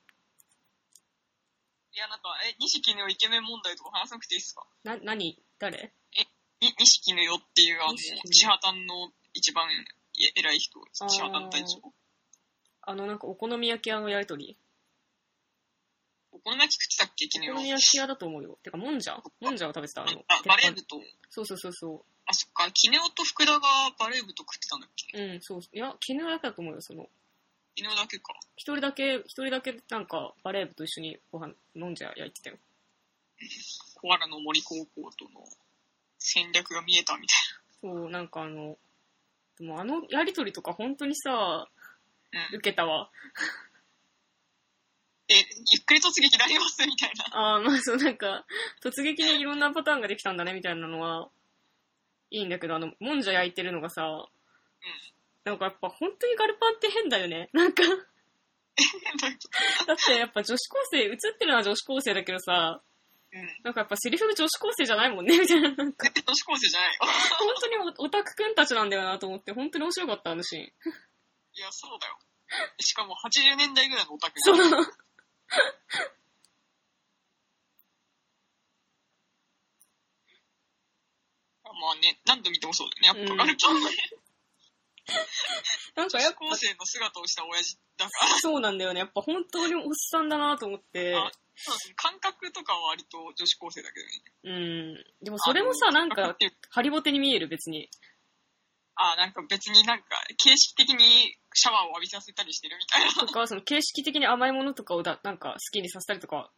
B: いや、なんか、え、錦のイケメン問題とか話さなくていいっすか
A: な、何誰
B: に錦のよっていう、あの、
A: 錦の
B: 千葉丹の一番え偉い人、
A: ー
B: 千葉丹隊長。
A: あの、なんかお好み焼き屋のやりとり。
B: お好み焼き食ってたっけ、昨
A: お
B: 日
A: 好。み焼き屋だと思うよ。てか、もん じゃもんじゃを食べてた、あの、
B: あ、バレー
A: 鉄
B: 部
A: 板
B: と、
A: そうそうそうそ
B: あ、そっか、キネオと福田がバレー部と食ってたんだっけ
A: う。うん、そう。いや、絹だけだと思うよ、その。
B: キネオだけか。
A: 一人だけ、一人だけ、なんか、バレー部と一緒にご飯、飲んじゃ焼いてたよ。
B: コアラの森高校との戦略が見えたみたい
A: そう、なんかあの、でもあのやりとりとか本当にさ、
B: うん
A: 受けたわ。
B: え、ゆっくり突撃になりますみたいな。
A: ああ、まあそうなんか、突撃でいろんなパターンができたんだねみたいなのは、いいんだけど、あの、もんじゃ焼いてるのがさ、なんかやっぱ本当にガルパンって変だよね。なんか、だってやっぱ女子高生、映ってるのは女子高生だけどさ、
B: うん。
A: なんかやっぱセリフが女子高生じゃないもんね、みたいな。なんか、
B: 女子高生じゃないよ。
A: 本当にオオタクくんたちなんだよなと思って、本当に面白かった、あのシーン。
B: いや、そうだよ。しかも80年代ぐらいのオタク
A: そ
B: だよ。
A: う。
B: まあね、何度見てもそうだよね。やっ
A: うん
B: ぱ、ガルトンの
A: なんか
B: 女
A: やっ
B: 子
A: ぱ、
B: 高生の姿をした親父だか
A: そうなんだよね。やっぱ本当におっさんだなと思って。
B: ら、そうですね感覚とかは割と女子高生だけどね。
A: うん。でも それもさ、なん
B: 感覚
A: か
B: っ、ていう
A: ハリボテに見える、別に。
B: あ、なんか別になんか、形式的にシャワーを浴びさせたりしてるみたいな。
A: とか、その形式的に甘いものとかをだなんか好きにさせたりとか、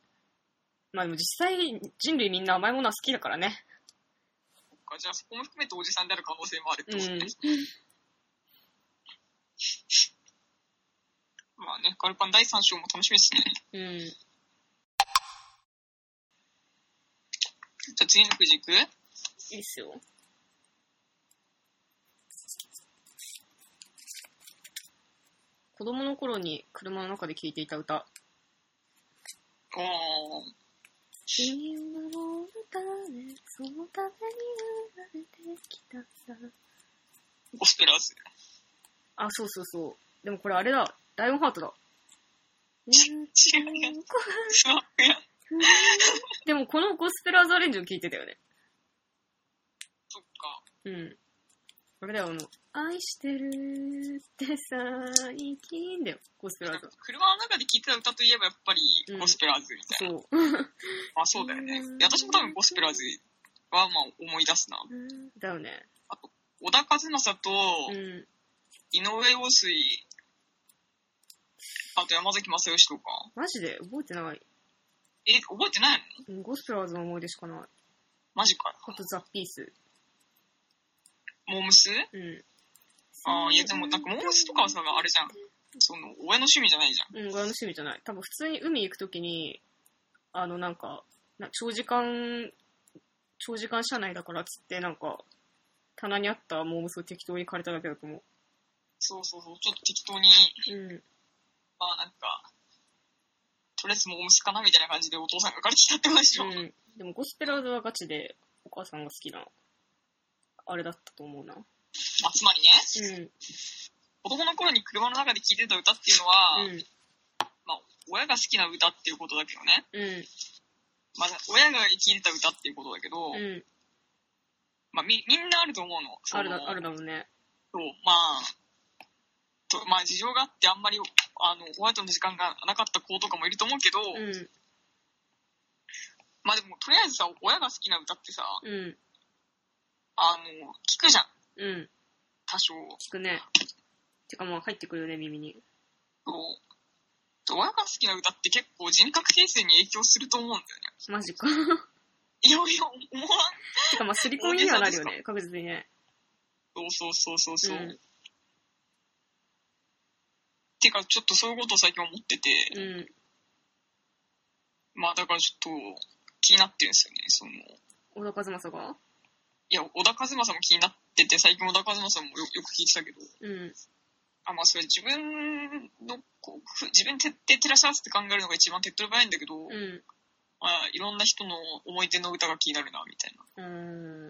A: まあでも実際人類みんな甘いものは好きだからね。
B: じゃあそこも含めておじさんである可能性もあるってことね。 まあね、ガルパン第3章も楽しみですね。
A: うん。
B: じゃあ次のくじいく
A: いいっすよ。子供の頃に車の中で聴いていた歌。
B: おー。
A: 君の歌ね、そのために生まれてきたさ。
B: ゴスペラーズ。
A: あ、そうそうそう。でもこれあれだ。ライオンハート だ。
B: 違うやスマップや。
A: でもこのゴスペラーズアレンジを聴いてたよね。
B: そっか。
A: うん。これだよ、あの、愛してるって最近だよ、ゴスペラーズは。
B: 車の中で聴いてた歌といえばやっぱりゴスペラーズみたいな。
A: そう。
B: まあそうだよね。
A: うん
B: いや私も多分ゴスペラーズはまあ思い出すな。
A: だよね。
B: 小田和正と
A: うん。
B: 井上陽水、あと山崎正義とか。
A: マジで覚えてない。
B: え、覚えてないの
A: うんゴスペラーズの思い出しかない。
B: マジか。
A: あとザ・ピース。
B: モームス
A: うん。
B: ああ、いやでもなんかモームスとかはさ、あれじゃん。その、親の趣味じゃないじゃん。
A: うん、俺の趣味じゃない。多分普通に海行くときに、あの、なんか、な長時間、長時間車内だからっつって、なんか、棚にあったモームスを適当に借りただけだと思
B: そうそうそう。ちょっと適当に、
A: う。うん。
B: まあなんか、とりあえずモームスかなみたいな感じでお父さんが借りてきたってことでしょ。
A: うん、でもゴスペラーズはガチでお母さんが好きなあれだったと思うなう
B: まあつまりね、
A: ん
B: 子供の頃に車の中で聴いてた歌っていうのは、
A: うん
B: まあ親が好きな歌っていうことだけどね。
A: うん
B: まあ親が聴いてた歌っていうことだけど、
A: うん
B: まあみみんなあると思うの。その
A: あるだあるだもんね
B: そう、まあ、とまあ事情があってあんまり、あの、親との時間がなかった子とかもいると思うけど、
A: うん
B: まあでも、とりあえずさ、親が好きな歌ってさ、
A: うん
B: あの、聞くじゃん、
A: うん
B: 多少。
A: 聞くねてかまあ入ってくるよね耳に
B: そう。そう親が好きな歌って結構人格形成に影響すると思うんだよね。
A: マジか
B: いろいろ思わん。
A: てかまあ刷り込みにはなるよね確実にね
B: そうそうそうそうそう。
A: うん
B: てか、ちょっとそういうことを最近思ってて、
A: うん
B: まあだからちょっと気になってるんですよね、その。
A: 小田和正が
B: いや、小田和正も気になってて、最近小田和正もよよく聞いてたけど、
A: うん
B: あ、まあそれ自分の、こう、ふ自分で徹底照らし合わせて考えるのが一番手っ取り早いんだけ
A: う
B: ど、
A: ん
B: まあいろんな人の思い出の歌が気になるな、みたいな、
A: う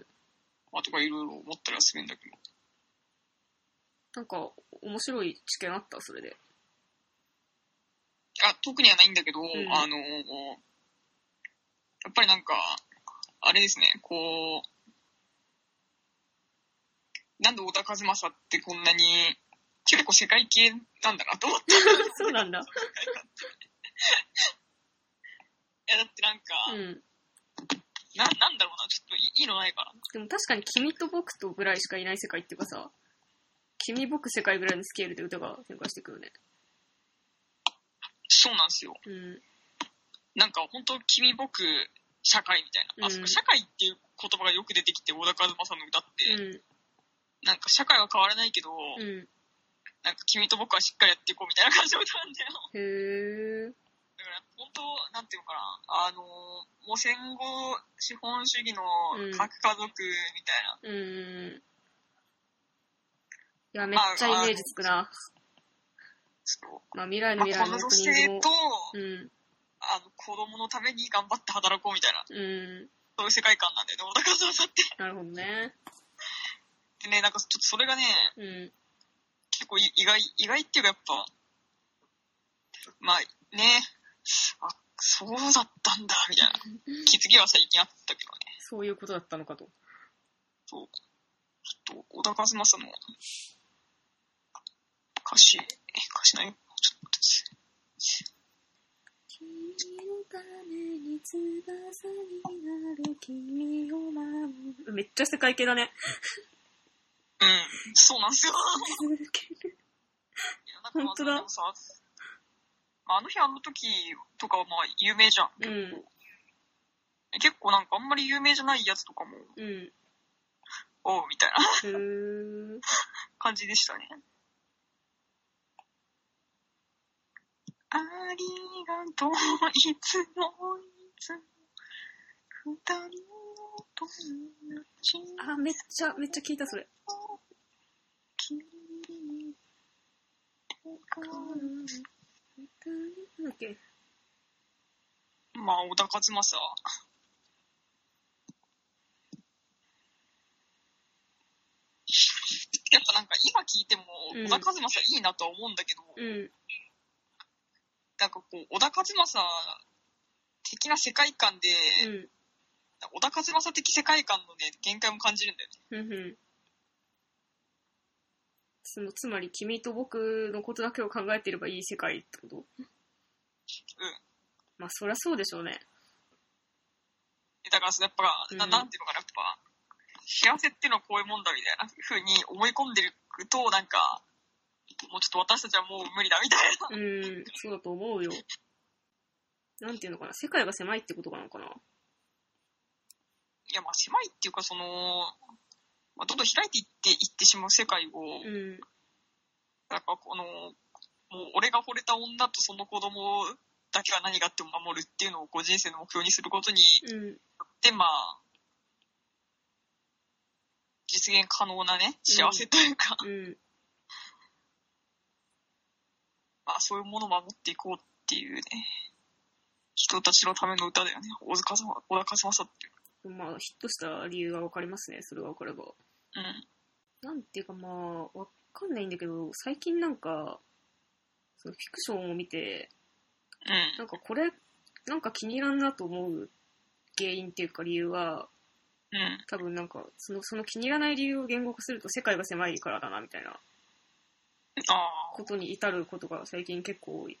A: ーん
B: まあ、とかいろいろ思ったりはするんだけど。
A: なんか面白い知見あったそれ で
B: あ、特にはないんだけど、
A: ん
B: あの、やっぱりなんか、あれですね、こう、なんで小田和正ってこんなに、結構世界系なんだなと思って。
A: そうなんだ
B: いや、だってなんか、
A: うん
B: な、なんだろうな、ちょっといいのないかな。
A: でも確かに君と僕とぐらいしかいない世界っていうかさ、君僕世界ぐらいのスケールで歌が展開してくるね。
B: そうなんですよ。
A: うん。
B: なんか本当君僕、社会みたいな。あ、
A: うん
B: そっか社会っていう言葉がよく出てきて、小田和正の歌って、
A: う
B: なんか社会は変わらないけど、
A: ん。うん。
B: なんか君と僕はしっかりやっていこうみたいな感じの歌なんだよ。
A: へー。
B: だから本当、なんていうのかな、あの、もう戦後資本主義の
A: うん
B: 核家族みた
A: う
B: いな、
A: ーん。いや、めっちゃイメージつくな。
B: そう
A: まあ、未来の
B: まあ
A: 未来
B: こ
A: の
B: の
A: オープ
B: 女
A: ニン
B: 性
A: グも
B: と、。
A: うん。
B: あの、子供のために頑張って働こうみたいな、
A: うん。
B: そういう世界観なんだよね、小田和正って。
A: なるほどね。
B: でね、なんかちょっとそれがね、
A: うん。
B: 結構い意外、意外っていうかやっぱ、まあね、あ、そうだったんだ、みたいな。気づきは最近あったけどね。
A: そういうことだったのかと。
B: そう。ちょっと、小田和正の歌詞、え歌詞ないちょっと待って
C: 君のために翼になる君を守る
A: めっちゃ世界系だね。
B: うん、そうなんですよ。
C: 続ける
B: いやなんかまあ
A: 本当だ
B: でもさまああの日あの時とかはまあ有名じゃん。
A: うん。
B: 結構なんかあんまり有名じゃないやつとかも、
A: うん。
B: おう、みたいな
A: へー。
B: 感じでしたね。ありがとう、いつも、いつも、二人の友達
A: あ、めっちゃ、めっちゃ聞いた、それ。
B: を君に
A: なんだっけ
B: まあ、小田和正は。やっぱなんか今聞いても
A: うん
B: 小田和正いいなとは思うんだけど、
A: うん。
B: なんかこう小田和正的な世界観で、
A: うん。
B: 小田和正的世界観のね限界も感じるんだよね。
A: うんうん。その、つまり、君と僕のことだけを考えていればいい世界ってこと
B: うん。
A: まあ、そりゃそうでしょうね。
B: だからそのやっぱ、な
A: うん
B: なんていうのかな、やっぱ、幸せっていうのはこういうもんだみたいな風に思い込んでると、なんか、もうちょっと私たちはもう無理だみたいな。
A: うん、そうだと思うよ。なんていうのかな、世界が狭いってことかなのかな。
B: いや、まあ狭いっていうか、その、まあ、どんどん開いていって、いってしまう世界を、
A: うん、
B: なんかこの、もう俺が惚れた女とその子供だけは何があっても守るっていうのをこう人生の目標にすることによ
A: うん、
B: って、まあ、実現可能なね、幸せというか、
A: うん、
B: まあ、そういうものを守っていこうっていうね、人たちのための歌だよね。小塚さん、小田和正っていう。
A: まあ、ヒットした理由がわかりますね、それがわかれば。
B: うん。
A: なんていうかまあ、わかんないんだけど、最近なんか、そのフィクションを見て、
B: うん。
A: なんかこれ、なんか気に入らんなと思う原因っていうか理由は、
B: うん。
A: 多分なんか、その、その気に入らない理由を言語化すると世界が狭いからだな、みたいな
B: ああ。
A: ことに至ることが最近結構多い。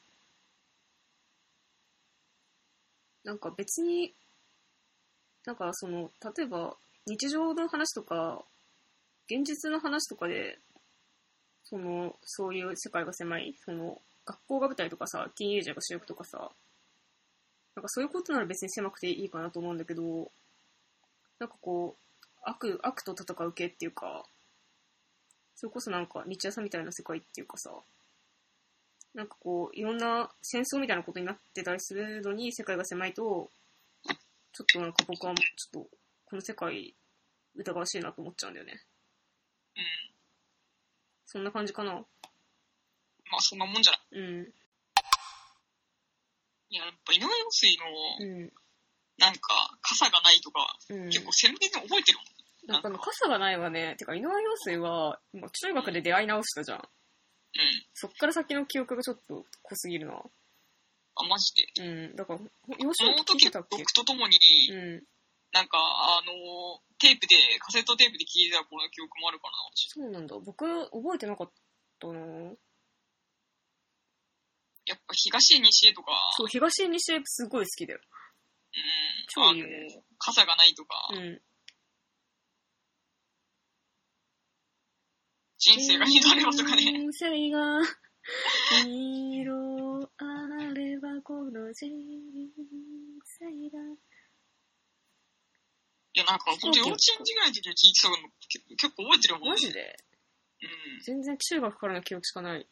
A: なんか別に、なんかその、例えば日常の話とか、現実の話とかで、その、そういう世界が狭い、その、学校が舞台とかさ、ティーンエイジャーが主役とかさ、なんかそういうことなら別に狭くていいかなと思うんだけど、なんかこう、悪、悪と戦う系っていうか、それこそなんか日朝みたいな世界っていうかさ、なんかこう、いろんな戦争みたいなことになってたりするのに世界が狭いと、ちょっとなんか僕はちょっと、この世界疑わしいなと思っちゃうんだよね。
B: うん。
A: そんな感じかな。
B: まあ、そんなもんじゃない。
A: うん。
B: いや、やっぱ井上陽水の、
A: うん。
B: なんか、傘がないとか、
A: うん。
B: 結構鮮明に覚えてるもん。
A: なんかあの、傘がないわね。てか、井上陽水は、もう中学で出会い直したじゃん。
B: うん。
A: そっから先の記憶がちょっと濃すぎるな。
B: あ、マジで。
A: うん。だから、幼
B: そ
A: 少
B: の
A: 期聞い
B: 時、
A: てたっ
B: 僕
A: け
B: と共に、
A: うん。
B: なんか、あの、テープで、カセットテープで聞いてた頃の記憶もあるからな、私
A: そうなんだ。僕、覚えてなかったな
B: やっぱ東へ西へとか、
A: そう、東西すごい好きだよ。
B: うん。
A: 超
B: あ
A: いいよね
B: の、傘がないとか、
A: うん。
B: 人生が乱れろとかね。
C: 人生が色あればこの人生が
B: いや、なんか、本当幼稚園時ぐらいの時に聞いてたの、結構覚えてるもん
A: マ
B: ね。
A: ジで
B: うん。
A: 全然中学からの記憶しかない。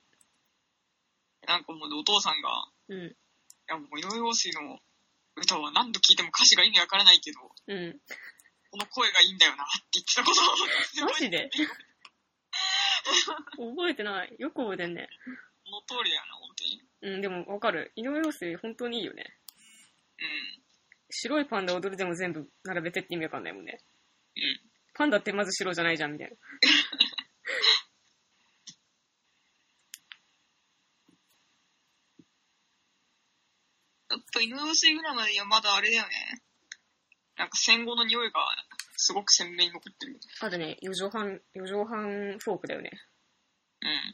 B: なんかもうお父さんが、
A: うん。
B: いやもう井上陽水の歌は何度聴いても歌詞が意味わからないけど、こ
A: うん。
B: の声がいいんだよなって言ってたことをすご
A: マ
B: い
A: ジで 覚えてない。よく覚えてんね。
B: その通りだよな、本当に。
A: うん、でもわかる。井上陽水本当にいいよね。
B: うん。
A: 白いパンダ踊るでも全部並べてって意味わかんないもんね。
B: うん
A: パンダってまず白じゃないじゃん、みたいな。
B: やっぱ井上陽水ぐらいまではまだあれだよね。なんか戦後の匂いがすごく鮮明に残ってる。
A: あとね、四畳半、四畳半フォークだよね。
B: うん。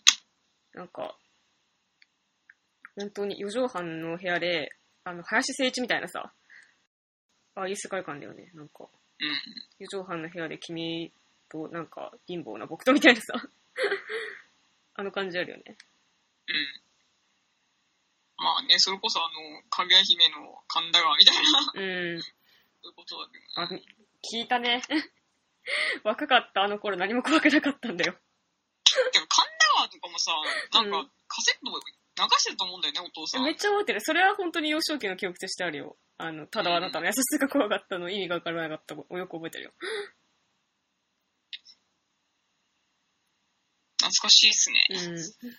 A: なんか、本当に四畳半の部屋で、あの、林誠一みたいなさ、ああいう世界観だよね、なんか。
B: うん。
A: 四畳半の部屋で君と、なんか、貧乏な僕とみたいなさ、 あの感じあるよね。
B: うん。まあね、それこそあの、かぐや姫の神田川みたいな、
A: うん。
B: そういうことだけどね。
A: あ、聞いたね。 若かったあの頃何も怖くなかったんだよ。
B: でも神田川とかもさ、なん
A: う
B: かカセット流してると思うんだよね、お父さん。
A: めっちゃ覚えてる。それは本当に幼少期の記憶としてあるよ。あの、ただあなたの優しさが怖かったの意味がわからなかったのをよく覚えてるよ。
B: 懐かしいっすね。
A: うん。い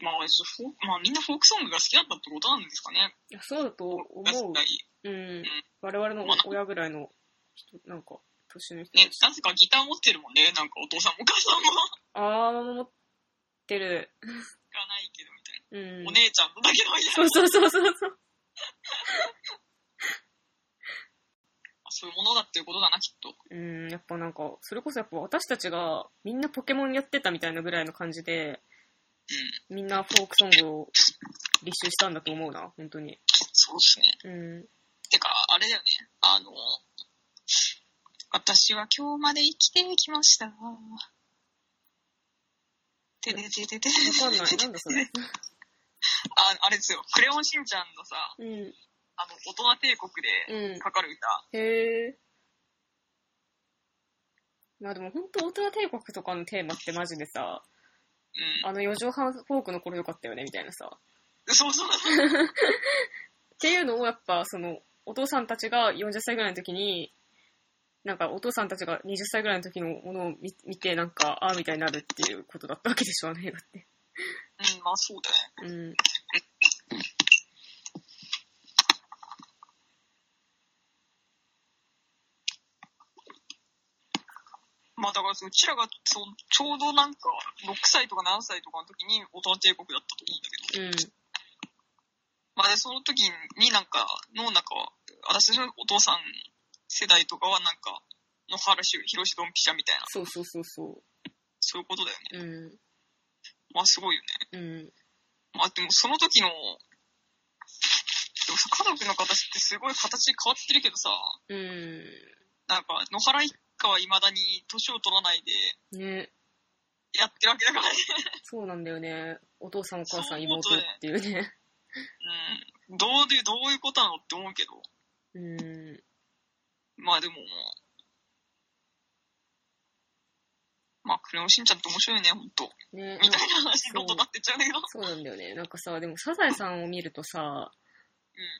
B: まあ、そうフォーまあみんなフォークソングが好きだったってことなんですかね。
A: やそうだと思う
B: 確か。に
A: うん。我々の親ぐらいの人、なんか、年の人た
B: ね
A: ち。、
B: なぜかギター持ってるもんね。なんかお父さんもお母さん
A: あ
B: も。
A: ー、持ってる。
B: がないけどみたい
A: うん
B: な。お。姉ちゃんのだけどみたいな。
A: そうそうそうそうそう。
B: そういうものだっていうことだな、きっと。
A: うん、やっぱなんか、それこそやっぱ私たちがみんなポケモンやってたみたいなぐらいの感じで、みんなフォークソングを履修したんだと思うな、本当に。
B: そうっすね。
A: うん。
B: てか、あれだよね。あの、私は今日まで生きてきました。てててててて。
A: わかんない。なんだそ れ。
B: ああれですよ。クレヨンしんちゃんのさ、
A: うん。
B: あの、大人帝国で
A: うん。
B: かかる歌。
A: へえ。まあでも本当、大人帝国とかのテーマってマジでさ、
B: うん。
A: あの四畳半フォークの頃良かったよね、みたいなさ。っ
B: そうそう。
A: ていうのをやっぱ、その、お父さんたちが40歳ぐらいの時に、なんかお父さんたちが20歳ぐらいの時のものを見見て、なんか、ああ、みたいになるっていうことだったわけでしょ、あの映画って。
B: うん、まあそうだね。
A: うん。
B: まあだからそう、うちらがそのちょうどなんか、6歳とか7歳とかの時に大人帝国だったと思うんだけ
A: うん。
B: ど。まあで、その時になんか、のなんか、私たちのお父さん世代とかはなんか、野原し広しドンピシャみたいな、
A: そうそうそうそ
B: そういうことだよね。
A: う。うん。
B: まあすごいよね。
A: うん。
B: まあでもその時の、でもさ、家族の形ってすごい形変わってるけどさ、
A: う
B: なんか、野原一家はいまだに年を取らないで
A: ん。ね。
B: やってるわけだからね。
A: そうなんだよね。お父さん、お母さん、
B: そう思う
A: 妹
B: と
A: っていうね。
B: うん。どうで、どういうことなのって思うけど。
A: うん。
B: まあでも、まあ、クレヨンしんちゃんって面白いね、ほんと。
A: ね。
B: みたいな話にどんどんなってっちゃうんだけど。
A: そうなんだよね。なんかさ、でもサザエさんを見るとさ、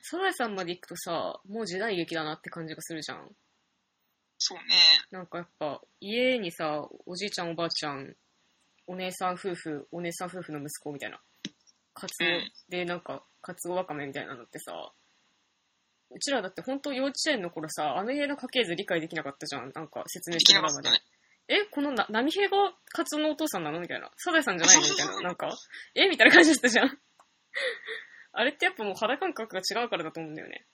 A: サザエさんまで行くとさ、もう時代劇だなって感じがするじゃん。
B: そうね。
A: なんかやっぱ、家にさ、おじいちゃんおばあちゃん、お姉さん夫婦、お姉さん夫婦の息子みたいな。カツ
B: うん
A: オで、なんか、カツオワカメみたいなのってさ、うちらだって本当幼稚園の頃さ、あの家の家系図理解できなかったじゃん。なんか説明
B: で
A: し
B: き
A: て
B: な
A: も
B: か
A: うま
B: らった
A: で。え、
B: ね。
A: このな、波平がカツオのお父さんなのみたいな。サザエさんじゃないのみた いな。なんか、えみたいな感じだったじゃん。あれってやっぱもう肌感覚が違うからだと思うんだよね。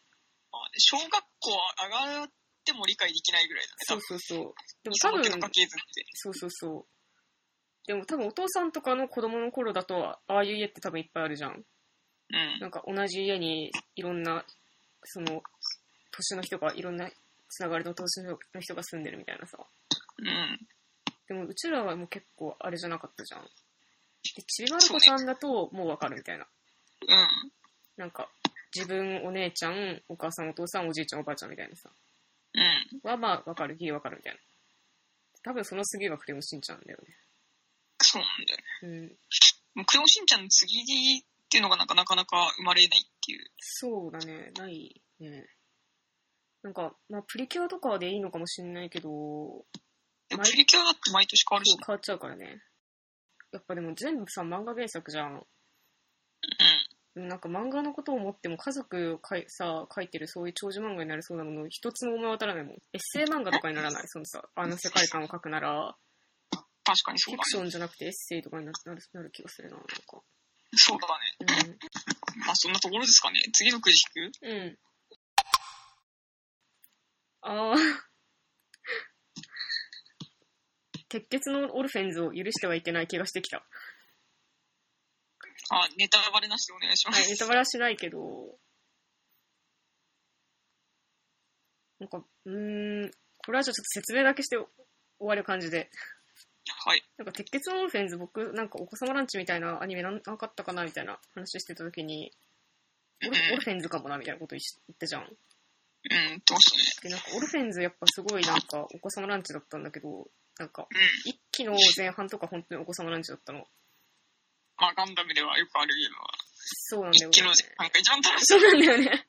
B: まあね小学校上がっても理解できないぐらいだ
A: そう
B: ね、多分。
A: そうそう。でも
B: そ
A: 多分
B: の手、の家系図って。
A: そうそうそう。でも多分お父さんとかの子供の頃だと、ああいう家って多分いっぱいあるじゃん。
B: うん。
A: なんか同じ家にいろんな、その、年の人が、いろんなつながりの年の人が住んでるみたいなさ。
B: うん。
A: でもうちらはもう結構あれじゃなかったじゃん。で、ちびまる子さんだともうわかるみたいな。
B: うん。
A: なんか、自分、お姉ちゃん、お母さん、お父さん、おじいちゃん、おばあちゃんみたいなさ。
B: うん。
A: はまあ、わかる、ギリわかるみたいな。多分その次がクレヨンしんちゃんだよね。
B: そうなんだよね。
A: うん。
B: もうクレヨンしんちゃんの 3D っていうのがなんかなかなか生まれないっていう。
A: そうだね、ないね。なんか、まあ、プリキュアとかでいいのかもしんないけど、
B: でも
A: 毎
B: プリキュアだって毎年変わるし
A: そう
B: ね。
A: 変わっちゃうからね。やっぱでも全部さ、漫画原作じゃん。でもなんか漫画のことを思っても家族かいさ、書いてるそういう長寿漫画になりそうなもの一つも思い当たらないもん。エッセイ漫画とかにならないそのさ、あの世界観を書くなら、
B: 確かにそ
A: フ
B: う
A: ィ
B: だ
A: クシ
B: ね。
A: ョンじゃなくてエッセイとかにななるなる気がするな、なんか。
B: そうだね。まあそんなところですかね。次のくじ引く
A: うん。うん。ああ。鉄血のオルフェンズを許してはいけない気がしてきた。は
B: あ、ネタバレなしでお願いします。
A: い、ネタバレはしないけど、なんか、うーん、これはじゃあちょっと説明だけして終わる感じで。
B: はい。
A: なんか、鉄血のオルフェンズ、僕、なんか、お子様ランチみたいなアニメなんなかったかなみたいな話してた時に、オ ルオルフェンズかもなみたいなこと言し言ったじゃん。
B: うん、どうしたね。
A: で、なんか、オルフェンズやっぱすごいなんか、お子様ランチだったんだけど、なんか、
B: うん。
A: 一期の前半とか本当にお子様ランチだったの。
B: まあガンダムではよくあるゲームは。
A: そうなんだ
B: 一
A: よね
B: 期。の、なんか一番楽しい。
A: そうなんだよね。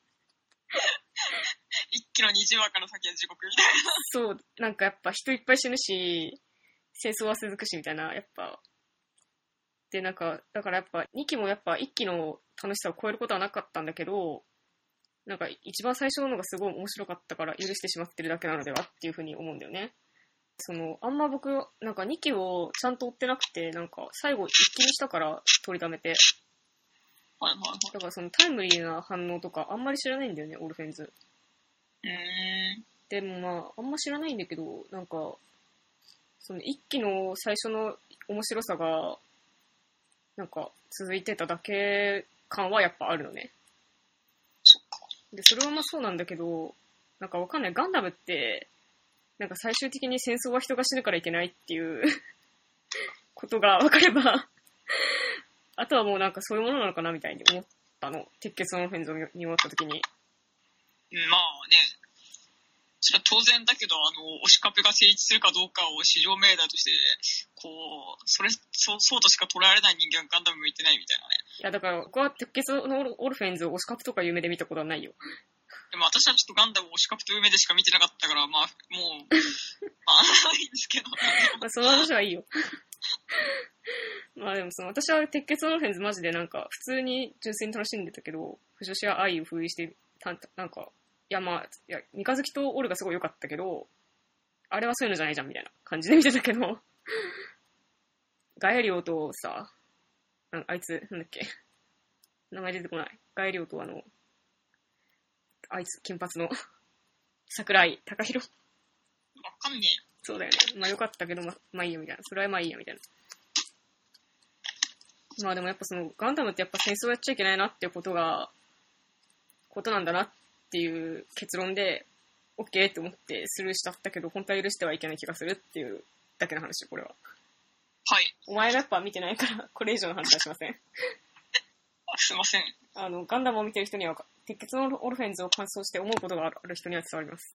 B: 一期の20話から先は地獄みたいな。
A: そう、なんかやっぱ人いっぱい死ぬし、戦争は続くしみたいな、やっぱ。で、なんか、だからやっぱ2期もやっぱ1期の楽しさを超えることはなかったんだけど、なんか一番最初ののがすごい面白かったから許してしまってるだけなのではっていうふうに思うんだよね。その、あんま僕、なんか2期をちゃんと追ってなくて、なんか最後1期にしたから取りためて。
B: はいはい
A: だからそのタイムリーな反応とかあんまり知らないんだよね、オルフェンズ。
B: はい。うーん。
A: でもまあ、あんま知らないんだけど、なんか、その一期の最初の面白さが、なんか続いてただけ感はやっぱあるのね。
B: そっか。
A: で、それはまあそうなんだけど、なんかわかんない。ガンダムって、なんか最終的に戦争は人が死ぬからいけないっていう ことがわかれば、あとはもうなんかそういうものなのかなみたいに思ったの。鉄血のフェンズを見終わった時に。
B: まあね、それは当然だけど、あの、推しカプが成立するかどうかを市場命題として、こう、それ、そう、そうとしか捉えられない人間がガンダム向いてないみたいなね。
A: いや、だから僕は鉄血のオルオルフェンズを推し活とか夢で見たことはないよ。
B: でも私はちょっとガンダムを推しカプと梅でしか見てなかったから、まあ、 もう、まあ、いいんですけど。
A: まあ、その話はいいよ。まあでもその、私は鉄血オルフェンズマジでなんか、普通に純粋に楽しんでたけど、不女子は愛を封印してた、なんか、いやまあ、いや、三日月とオルがすごい良かったけど、あれはそういうのじゃないじゃんみたいな感じで見てたけど、 ガエリオとさ、なんあいつ、なんだっけ、名前出てこない。ガエリオとあの、あいつ、金髪の、桜井高弘。
B: わかんねえ。
A: そうだよね。まあよかったけど、ま、まあいいやみたいな。それはまあいいやみたいな。まあでもやっぱその、ガンダムってやっぱ戦争やっちゃいけないなっていうことが、ことなんだなっていう結論で、OK って思ってスルーしちゃったけど、本当は許してはいけない気がするっていうだけの話よ、これは。
B: はい。
A: お前がやっぱ見てないから、 これ以上の話はしません。
B: あすいません。
A: あの、ガンダムを見てる人には、鉄血のオルフェンズを感想して思うことがある人には伝わります。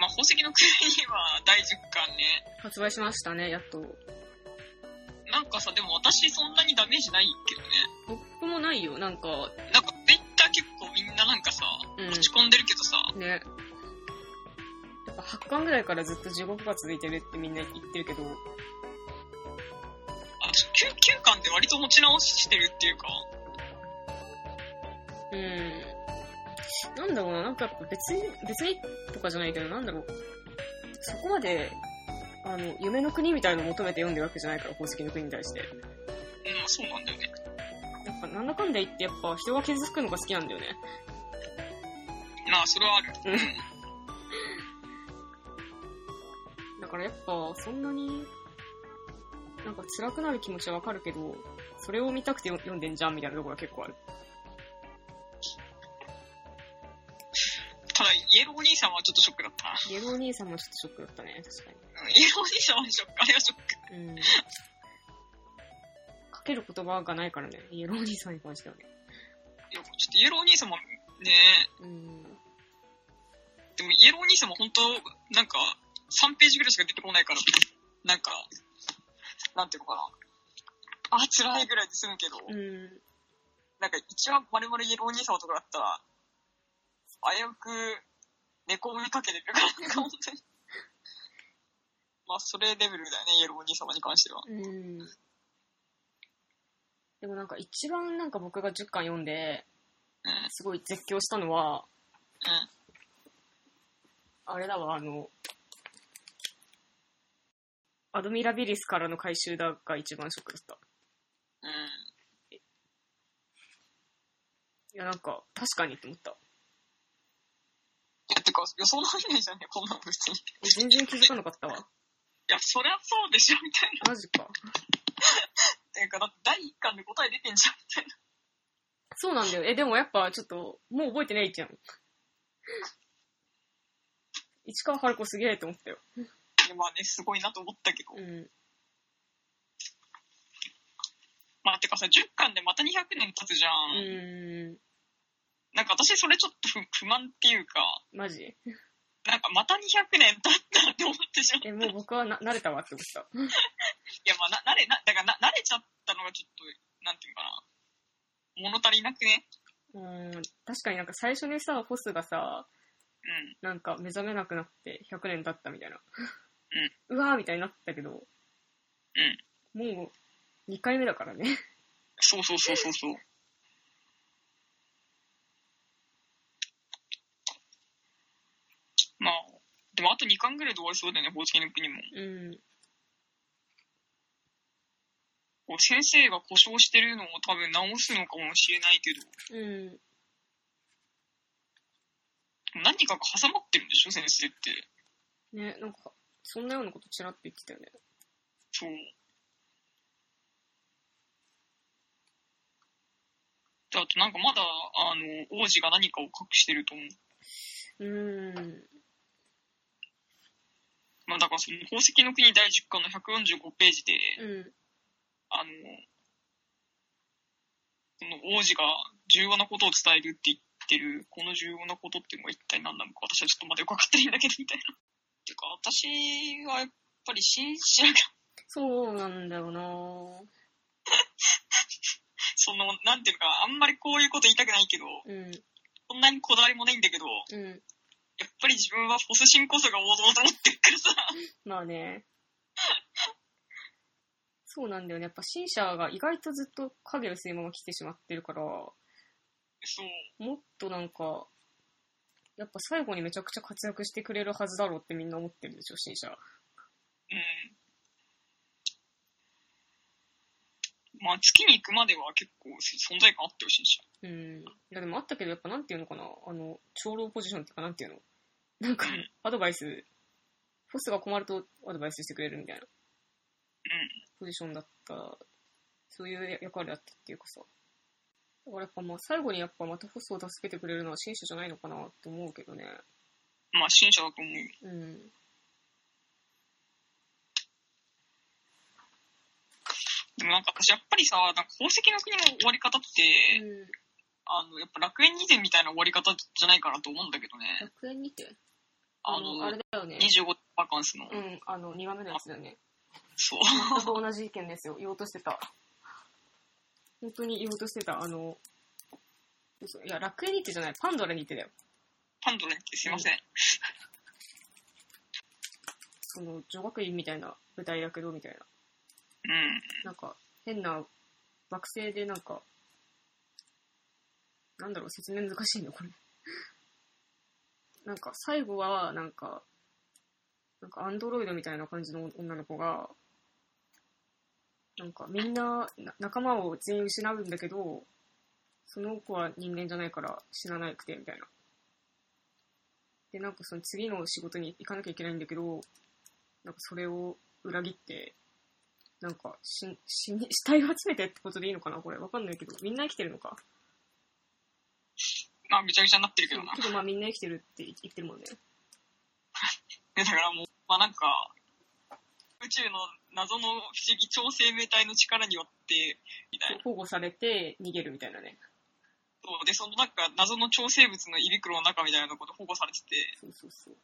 B: まあ、宝石の国には第10巻ね。
A: 発売しましたね、やっと。
B: なんかさ、でも私そんなにダメージないけどね。
A: 僕もないよ、なんか、
B: なんか、ツイッター結構みんななんかさ、
A: うん。
B: 落ち込んでるけどさ、
A: ね。やっぱ8巻ぐらいからずっと地獄が続いてるってみんな言ってるけど、
B: あ 9, 9巻で割と持ち直してるっていうか、
A: うん。なんだろうな、なんかやっぱ別に、別にとかじゃないけど、なんだろう。そこまで、あの、夢の国みたいのを求めて読んでるわけじゃないから、宝石の国に対して。
B: うん、そうなんだよね。
A: やっぱなんだかんだ言ってやっぱ人が傷つくのが好きなんだよね。
B: まあ、それはある。
A: うんだからやっぱそんなに、なんか辛くなる気持ちはわかるけど、それを見たくて読んでんじゃんみたいなところが結構ある。
B: ただ、イエローお兄さんはちょっとショックだったな。
A: イエローお兄さんもちょっとショックだったね、確かに。
B: うんイエローお兄さんはショック、あれはショック。
A: うんかける言葉がないからね、イエローお兄さんに関してはね。
B: いや、ちょっとイエローお兄さんもね、
A: うん。
B: でもイエローお兄さんも本当、なんか、 3ページぐらいしか出てこないから、なんか、なんていうのかな。あ、辛いぐらいで済むけど、
A: うん。
B: なんか一番丸々イエローお兄様とかだったら、危うく猫追いかけてるから、なんか本当 に。まあ、それレベルだよね、イエローお兄様に関しては。
A: うん。でもなんか一番なんか僕が10巻読んで、
B: うん、うん。
A: すごい絶叫したのは、あれだわ、あの、アドミラビリスからの回収だが一番ショックだった。
B: うん。
A: いや、なんか、確かにって思った。
B: いや、てか、予想の範囲内じゃねえ、こんなの別に。い
A: え全然気づかなかったわ。
B: や、そりゃそうでしょ、みたいな。
A: マジか。
B: てか、だって第1巻で答え出てんじゃん、みたいな。
A: そうなんだよ。え、でもやっぱちょっと、もう覚えてないじゃん。市川春子すげえと思ったよ。
B: でまあね、すごいなと思ったけど。
A: うん。
B: まあ、てかさ、10巻でまた200年経つじゃ。
A: うんーん。
B: なんか私、それちょっと不不満っていうか、
A: マジ
B: なんかまた200年経ったって思ってしまう。
A: え、もう僕はな慣れたわって思った。
B: いや、まあ、な、慣れ、な、だからな、慣れちゃったのがちょっと、なんていうのかな。物足りなくね。
A: うん。確かになんか最初にさ、ホスがさ、
B: うん。
A: なんか目覚めなくなって100年経ったみたいな。うわーみたいになったけど。もう、2回目だからね。
B: そうそうそうそうそう。まあ、でもあと2巻ぐらいで終わりそうだよね、宝石の国も。
A: うん。
B: こう先生が故障してるのを多分直すのかもしれないけど、
A: うん。
B: 何かが挟まってるんでしょ、先生って。
A: ね、なんか、そんなようなことちらっと言ってたよね。
B: そう。であとなんかまだ、あの、王子が何かを隠してると思う。
A: うん。
B: まあだからその宝石の国第10巻の145ページで、
A: うん。
B: あの、その王子が重要なことを伝えるって言ってる、この重要なことっていうのが一体何なのか、私はちょっとまだよくわかってないんだけど、みたいな。てか、私はやっぱり信じなかった。
A: そうなんだよなぁ。
B: その、なんていうのか、あんまりこういうこと言いたくないけど、
A: うん、
B: そんなにこだわりもないんだけど、
A: うん。
B: やっぱり自分はフォスシンこそが王道と思ってるからさ。
A: まあね。 そうなんだよね。やっぱ新社が意外とずっと影薄いまま来てしまってるから、も
B: そう。
A: っとなんか、やっぱ最後にめちゃくちゃ活躍してくれるはずだろうってみんな思ってるでしょ、新社。
B: うん。まあ、月に行くまでは結構存在感あってほしいし。
A: うん。いやでもあったけど、やっぱなんていうのかな、あの、長老ポジションっていうかなんていうのなんか
B: うん、
A: アドバイス、フォスが困るとアドバイスしてくれるみたいな。ポジションだった、そういう役割だったっていうかさ。だからやっぱまあ最後にやっぱまたホスを助けてくれるのは新種じゃないのかなって思うけどね。
B: うん。まあ、新者だと思う。
A: うん。
B: でもなんか私やっぱりさ、なんか宝石の国の終わり方って、
A: うん。
B: あの、やっぱ楽園二伝みたいな終わり方じゃないかなと思うんだけどね。
A: 楽園にて。あ
B: あの、
A: の、あれだよね。
B: 25バカンスの。
A: うん、あの、2話目のやつだよね。
B: そう。
A: 全く同じ意見ですよ。言おうとしてた。本当に言おうとしてた。あの、嘘いや、楽園にてじゃない、パンドラにてだよ。
B: パンドラに来てすいません。
A: その、女学院みたいな舞台だけど、みたいな。
B: うん。
A: なんか、変な、惑星でなんか、なんだろう、説明難しいのこれ。なんか、最後は、なんか、なんかアンドロイドみたいな感じの女の子が、なんかみんなな仲間を全員失うんだけど、その子は人間じゃないから死ななくて、みたいな。で、なんかその次の仕事に行かなきゃいけないんだけど、なんかそれを裏切って、なんか死、死に、死体を集めてってことでいいのかなこれ。わかんないけど。みんな生きてるのか
B: まあ、ぐちゃぐちゃになってるけ
A: け
B: どな。
A: ど、まあみんな生きてるって生きてるもんね。
B: で、だからもう、まあなんか、宇宙の謎の不思議超生命体の力によって、みたいな。
A: 保護されて逃げるみたいなね。
B: そうで、そのなんか謎の超生物の胃袋の中みたいなところで保護されてて、
A: そうそうそう。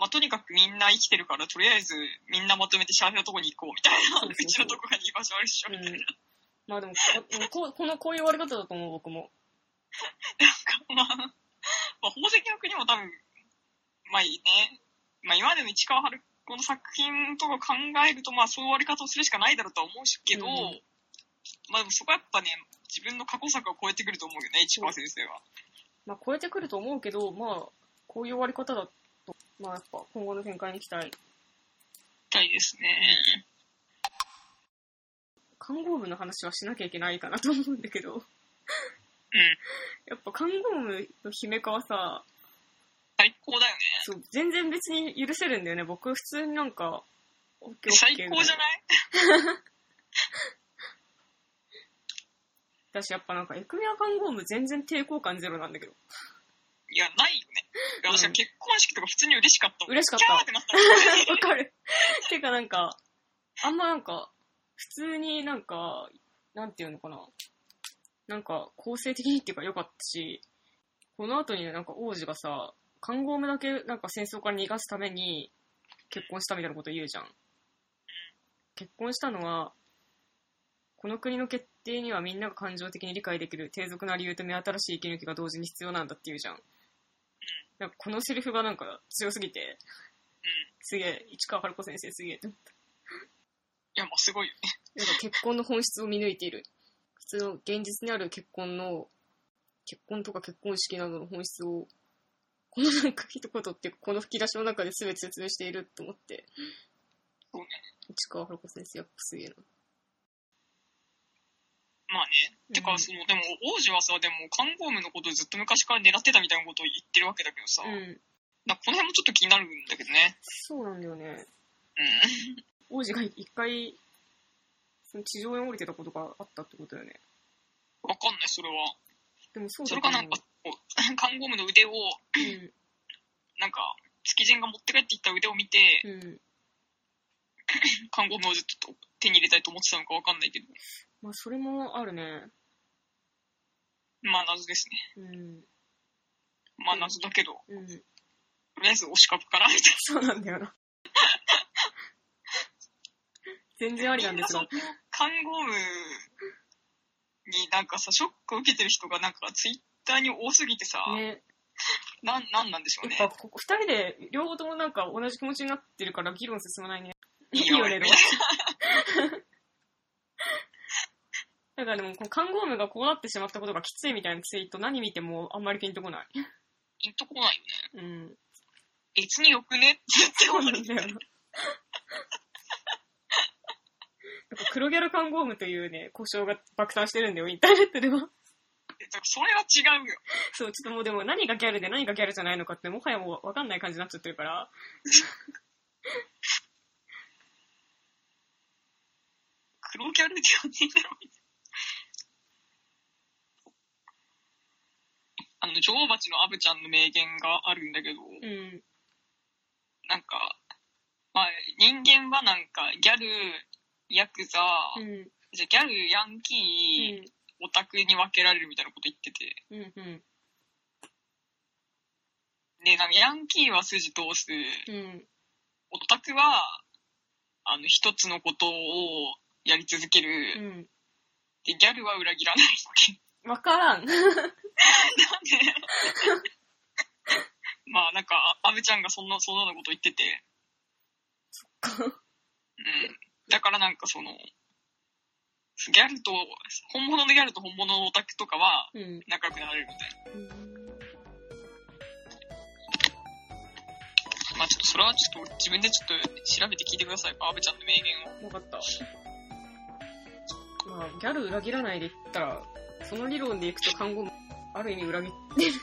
B: まあ、とにかくみんな生きてるから、とりあえずみんなまとめて幸せなとこに行こうみたいな、
A: そうそうそう
B: うちのとこがに居場所あるっしょみたいな。
A: まあでもこ、こ この、こういう終わり方だと思う、僕も。
B: なんかまあ、まあ、宝石の国も多分、まあいいね。まあ今までの市川春子の作品とか考えると、まあそういう終わり方をするしかないだろうとは思うしけど、
A: うん
B: まあでもそこはやっぱね、自分の過去作を超えてくると思うよね、市川先生は。
A: まあ、超えてくると思うけど、まあ、こういう終わり方だと、まあやっぱ、今後の展開に期待。
B: たいですね。
A: 看護部の話はしなきゃいけないかなと思うんだけど。やっぱ看護部の姫川さ、
B: 最高だよね。
A: そう、全然別に許せるんだよね。僕、普通になんか、オッケーオ
B: 最
A: ッケー
B: 高じゃない
A: だし、やっぱなんか、エクレア看護部全然抵抗感ゼロなんだけど。
B: いや、ないよね。いや私は結婚式とか普通に嬉しかったもん。
A: 嬉しかった
B: キャーってなったもん。
A: わかる。てかなんか、あんまなんか、普通になんか、なんていうのかな。なんか、構成的にっていうか良かったし、この後になんか王子がさ、看護婦だけなんか戦争から逃がすために結婚したみたいなこと言うじゃん。結婚したのは、この国の決定にはみんなが感情的に理解できる低俗な理由と目新しい息抜きが同時に必要なんだって言うじゃん。なんかこのセリフがなんか強すぎて、すげえ、市川春子先生すげえと思っ
B: いや、まあすごいよね。
A: た。なんか結婚の本質を見抜いている。普通の現実にある結婚の、結婚とか結婚式などの本質を、このなんか一言っていうかこの吹き出しの中で全て説明していると思って、
B: そうね。
A: 市川春子先生やっぱすげえな。
B: まあね。てか、その、でも、王子はさ、でも、看護婦のことをずっと昔から狙ってたみたいなことを言ってるわけだけどさ、
A: うん。
B: なんかこの辺もちょっと気になるんだけどね。
A: そうなんだよね。
B: うん。
A: 王子が一回、その地上に降りてたことがあったってことだよね。
B: わかんない、それは。
A: でもそう
B: そ
A: だ
B: れ
A: と
B: か
A: 思う
B: な
A: ん
B: か、こう 看護婦の腕を、なんか、月人が持って帰ってきた腕を見て、
A: うん。うん。
B: 看護婦をずっと手に入れたいと思ってたのかわかんないけど、
A: まあそれもあるね。
B: まあ謎ですね。
A: うん。
B: まあ謎だけど、
A: うん。
B: とりあえず推し株から、みたい
A: そうなんだよな。全然ありなんですが。
B: な。看護婦になんかさ、ショックを受けてる人がなんか、ツイッターに多すぎてさ、
A: ね、
B: なん、なんなんでしょうね。
A: やっぱここ二人で両方ともなんか同じ気持ちになってるから議論進まないね。い
B: い
A: い
B: いよ
A: よね、でも
B: みたい。
A: だからでも、この看護婦がこうなってしまったことがきついみたいなツイート何見てもあんまりピンとこない。
B: ピンとこないよね。
A: うん。
B: 別によくねって言って
A: そう
B: も
A: な
B: ら
A: んだよな。なんか黒ギャル看護婦というね、故障が爆散してるんだよ、インターネットでは。
B: それは違うよ。
A: そう、ちょっともうでも何がギャルで何がギャルじゃないのかってもはやもうわかんない感じになっちゃってるから。
B: 黒ギャルではねえだろ、みたいな。あの、女王蜂のアブちゃんの名言があるんだけど、
A: うん。
B: なんか、まあ、人間はなんか、ギャル、ヤクザ、
A: うん。
B: じゃギャル、ヤンキー、オタクに分けられるみたいなこと言ってて、
A: うん。うん。うん。
B: で、なんか、ヤンキーは筋通す、
A: うん。
B: オタクは、あの、一つのことをやり続ける、
A: うん。
B: で、ギャルは裏切 らないっていう
A: わからん。
B: まあなんか、あアブちゃんがそんな、そんなこと言ってて。うん。だからなんかその、ギャルと、本物のギャルと本物のオタクとかは
A: うん。
B: 仲良くなれるみたいな。まあちょっとそれはちょっと自分でちょっと調べて聞いてください。アブちゃんの名言を。
A: わかった。まあ、ギャル裏切らないで言ったら、その理論でいくと看護もある意味裏切ってる。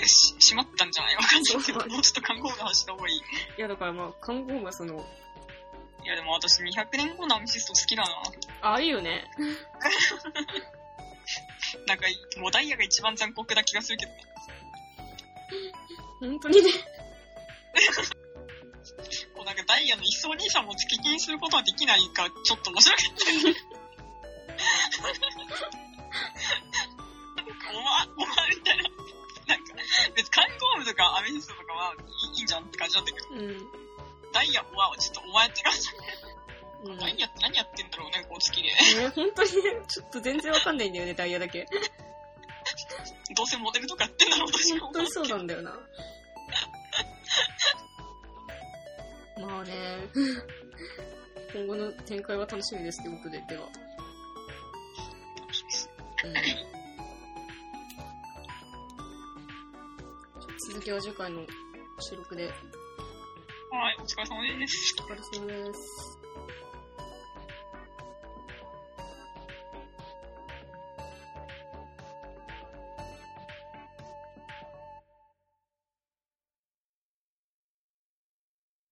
B: えし、しまったんじゃないわかんないけど、
A: そう
B: もうちょっと観光の話した方がいい。い
A: いや、だからまあ、看護がその、
B: やでも私200年後のアミシスト好きだな。
A: ああ、いいよね。
B: なんか、もうダイヤが一番残酷な気がするけどね。
A: 本当にね。
B: こうなんかダイヤの一層兄さんも月金することはできないか、ちょっと面白かった よね。おま、おまみたいな。アメリストとかはいいいいんじゃんって感じなんだけど、
A: うん。
B: ダイヤはちょっとお前って感じ。
A: うん。
B: ダイヤって何やってんだろうね、こう月で。
A: 俺本当にね、ちょっと全然わかんないんだよね、ダイヤだけ。
B: どうせモデルとかやってんだろう、私も
A: 本。当にそうなんだよな。まあね、今後の展開は楽しみですってことで、では。うん続きは次回の収録で
B: はい、お疲れ様です。
A: お疲れ様です。